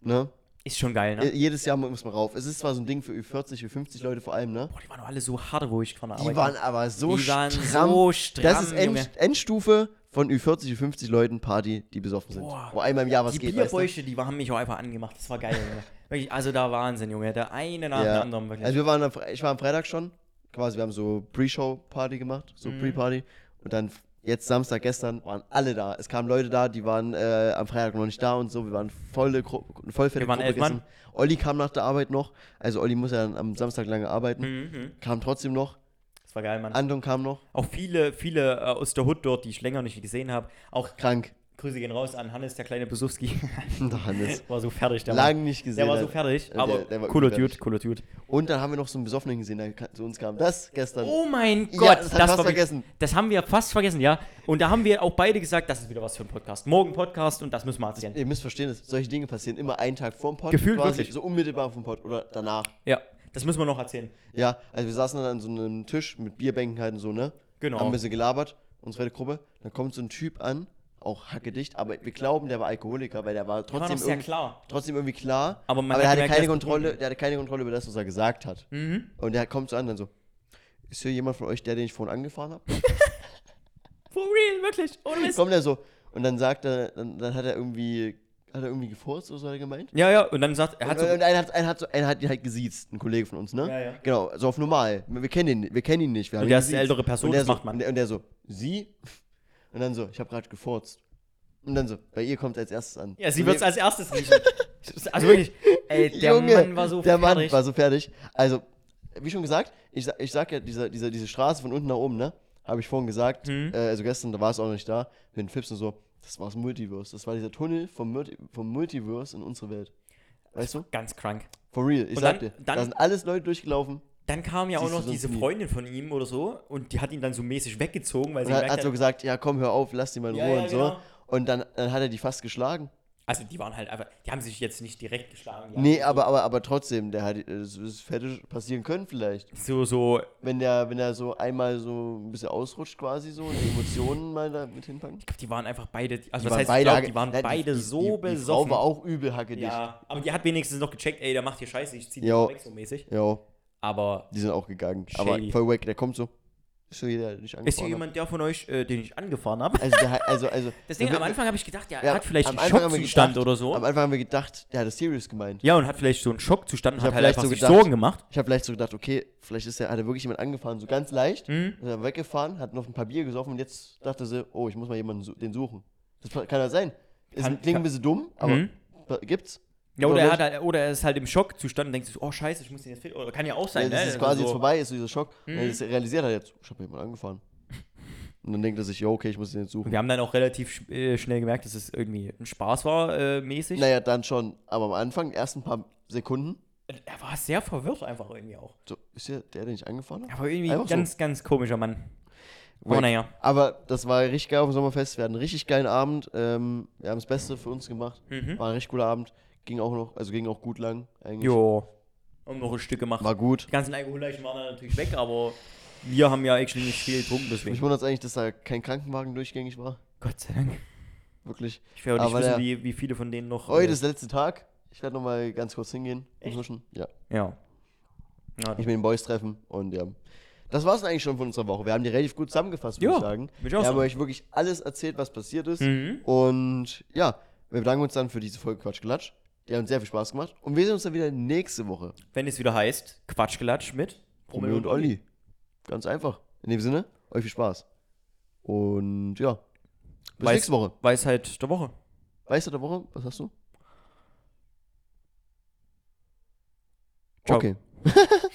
Ne?
ist schon geil, ne?
Je- Jedes Jahr muss man rauf. Es ist zwar so ein Ding für Ü40, Ü50 Leute vor allem, ne?
Boah, die waren doch alle so hart, wo ich von der
Die
Arbeit
waren
kam.
aber so
die waren
stramm.
so stramm,
das ist End,
Junge.
Endstufe von Ü40, Ü50 Leuten Party, die besoffen sind.
Boah.
Wo einmal im Jahr was
Die
geht. weißt
Bierbäuche, die haben mich auch einfach angemacht. Das war geil, Junge. Wirklich, also da Wahnsinn, Junge. Der eine nach
du?
dem
ja.
anderen wirklich.
Also wir waren am, Fre- ich war am Freitag schon, quasi wir haben so Pre-Show-Party gemacht, so
Mhm.
Pre-Party. Und dann f- jetzt Samstag, gestern waren alle da. Es kamen Leute da, die waren äh, am Freitag noch nicht da und so. Wir waren volle Gru vollfette
Wir waren
Gruppe
elf Mann.
gestern. Olli kam nach der Arbeit noch. Also Olli muss ja dann am Samstag lange arbeiten.
Mhm.
Kam trotzdem noch.
Das war geil, Mann.
Anton kam noch.
Auch viele, viele äh, aus der Hood dort, die ich länger nicht gesehen habe. Auch
Krank. [laughs]
Grüße gehen raus an Hannes, der kleine Besuski.
Der Hannes.
[laughs] war so fertig,
[laughs]
der
Lang nicht gesehen.
Der war so
Alter.
fertig,
Der-
aber
der war
cooler
übel
Dude, cooler Dude.
Und dann haben wir noch so einen Besoffenen gesehen, der ka- zu uns kam. Das gestern.
Oh mein
Ja,
Gott,
das hat fast
war wirklich-
vergessen.
Das haben wir fast vergessen, ja. Und da haben wir auch beide gesagt, das ist wieder was für ein Podcast. Morgen Podcast und das müssen wir erzählen.
Ihr müsst verstehen, dass solche Dinge passieren immer einen Tag vorm Pod.
Gefühlt wirklich.
So unmittelbar vom Pod oder danach.
Ja, das müssen wir noch erzählen.
Ja, also wir saßen dann an so einem Tisch mit Bierbänken halt und so, ne?
Genau.
Haben ein bisschen gelabert, unsere Gruppe. Dann kommt so ein Typ an, auch hackedicht, aber wir glauben, der war Alkoholiker, weil der war
War noch
trotzdem,
sehr
irgendwie,
klar.
trotzdem irgendwie klar.
Aber man
aber der
hat
hatte,
gemerkt, Mhm.
keine
der ist
Kontrolle, der hatte keine Kontrolle über das, was er gesagt hat. Und der kommt so an, dann so, ist hier jemand von euch der, den ich vorhin angefahren
[laughs]
habe?
For real, wirklich. Ohne Mist.
kommt er so und dann sagt er, dann, dann hat er irgendwie, hat er irgendwie gefurzt oder so hat er gemeint?
Ja, ja, und dann sagt er,
Und,
hat so,
und einer hat, einer hat, so, einer hat ihn halt gesiezt, ein Kollege von uns, ne?
Ja, ja.
Genau, so auf normal. Wir wir kennen ihn, wir kennen ihn nicht. Wir haben
Und
ihn
der ist eine
gesiezt.
ältere Person,
und der
das
so,
macht man.
Und der, und der so, sie? [laughs] Und dann so, ich habe gerade gefurzt. Und dann so, bei ihr kommt als erstes an.
ja, sie
Und
wird
wir-
es als erstes riechen. Also wirklich, ey, der
Junge,
Mann war so
der Mann
fertig.
war so fertig. Also, wie schon gesagt, ich, sa- ich sag ja, diese, diese, diese Straße von unten nach oben, ne? Habe ich vorhin gesagt.
Mhm.
Äh, also gestern, da war es auch noch nicht da. Mit den Fips und so. Das war das Multiverse. Das war dieser Tunnel vom, Multi vom Multiverse in unsere Welt. Weißt du?
Ganz krank.
For real. Ich
Und
sag
dann-
dir.
dann-
da sind alles Leute durchgelaufen.
Dann kam ja auch
Siehst du
noch
sonst
diese
nie.
Freundin von ihm oder so und die hat ihn dann so mäßig weggezogen, weil sie
Und hat,
gemerkt
hat so gesagt, ja komm, hör auf, lass die mal in
Ja,
Ruhe
ja,
und so.
genau.
Und dann, dann hat er die fast geschlagen.
also die waren halt einfach, die haben sich jetzt nicht direkt geschlagen. Die
Nee, aber, aber, aber trotzdem, der hat, es es hätte passieren können vielleicht.
haben So, so,
Wenn der, wenn der so einmal so ein bisschen ausrutscht quasi so und die Emotionen mal da mit hinpacken.
die waren einfach beide, also
Die
was
waren
heißt, ich glaub,
hacke-
die waren
Nein,
beide
die,
so
die, Die Frau
besoffen.
war auch übel hackedicht. Ja.
ja, aber die hat wenigstens noch gecheckt, ey, der macht hier Scheiße, ich zieh dich
Jo.
weg so mäßig.
Jo,
Aber
die sind auch gegangen.
Shady.
Aber voll weg, der kommt so. Ist so jeder, der dich
ist hier
angefahren hat.
jemand der von euch, äh, den ich angefahren habe?
Also, der, hat- also, also.
[laughs] Deswegen
wir-
am Anfang habe ich gedacht, ja, er
ja,
hat vielleicht
am
einen
Anfang haben wir
Schockzustand
gedacht-
oder so.
Am Anfang haben wir gedacht, der hat das Serious gemeint.
ja, und hat vielleicht so einen Schockzustand und hat
hab
halt
vielleicht
einfach
so
sich
gedacht-
Sorgen gemacht.
Ich habe vielleicht so gedacht, okay, vielleicht ist er, hat er wirklich jemand angefahren, so ganz leicht,
Hm?
ist er weggefahren, hat noch ein paar Bier gesoffen und jetzt dachte sie, oh, ich muss mal jemanden su den suchen. Das kann ja sein. Es
Kann-
klingt ein bisschen dumm, aber
Mhm.
gibt's.
Ja, oder,
Oder
er
nicht?
hat, halt- oder er ist halt im Schockzustand und denkt sich, so, oh scheiße, ich muss den jetzt finden. Oder kann ja auch sein,
Ja,
ne?
das ist
Also
quasi jetzt
so,
vorbei, ist so dieser Schock.
Hm?
Und er das realisiert hat jetzt, oh, ich habe jemanden
[laughs]
angefahren. Und dann denkt er sich, ja, okay, ich muss den jetzt suchen.
Und wir haben dann auch relativ sch äh, schnell gemerkt, dass es irgendwie ein Spaß war, äh, mäßig.
Naja, dann schon. Aber am Anfang, die ersten paar Sekunden,
Er war sehr verwirrt einfach irgendwie auch.
so, ist hier der, den ich angefahren habe?
Aber irgendwie
Einfach so.
ganz, ganz komischer Mann. Aber
Wack.
naja.
Aber das war richtig geil auf dem Sommerfest. Wir hatten einen richtig geilen Abend. Ähm, wir haben das Beste für uns gemacht.
Hm? Mhm.
War ein richtig cooler Abend. Ging auch noch, also ging auch gut lang eigentlich.
Jo. Haben noch ein Stück gemacht.
War gut.
Die ganzen Alkoholleichen waren dann natürlich weg, aber wir haben ja eigentlich nicht viel getrunken,
Mich
deswegen.
wundert es eigentlich, dass da kein Krankenwagen durchgängig war.
Gott sei Dank.
Wirklich.
Ich werde nicht
Aber
wissen,
der-
wie, wie viele von denen noch. äh,
Heute ist der letzte Tag. Ich werde nochmal ganz kurz hingehen. Inzwischen. Ja.
ja. ja.
Ich will den Boys treffen und ja. Das war's dann eigentlich schon von unserer Woche. Wir haben die relativ gut zusammengefasst, würde
Ja,
ich sagen.
würd ich
Wir
auch
haben
sagen.
euch wirklich alles erzählt, was passiert ist.
Mhm.
Und ja, wir bedanken uns dann für diese Folge Quatsch Klatsch. Die hat uns sehr viel Spaß gemacht. Und wir sehen uns dann wieder nächste Woche.
Wenn es wieder heißt, Quatschgelatsch mit
Romeo und Olli. Ganz einfach. In dem Sinne, euch viel Spaß. Und ja, bis
Weiß-
nächste Woche.
Weisheit der Woche.
Weißt du der Woche? Was hast du?
Ciao.
Okay.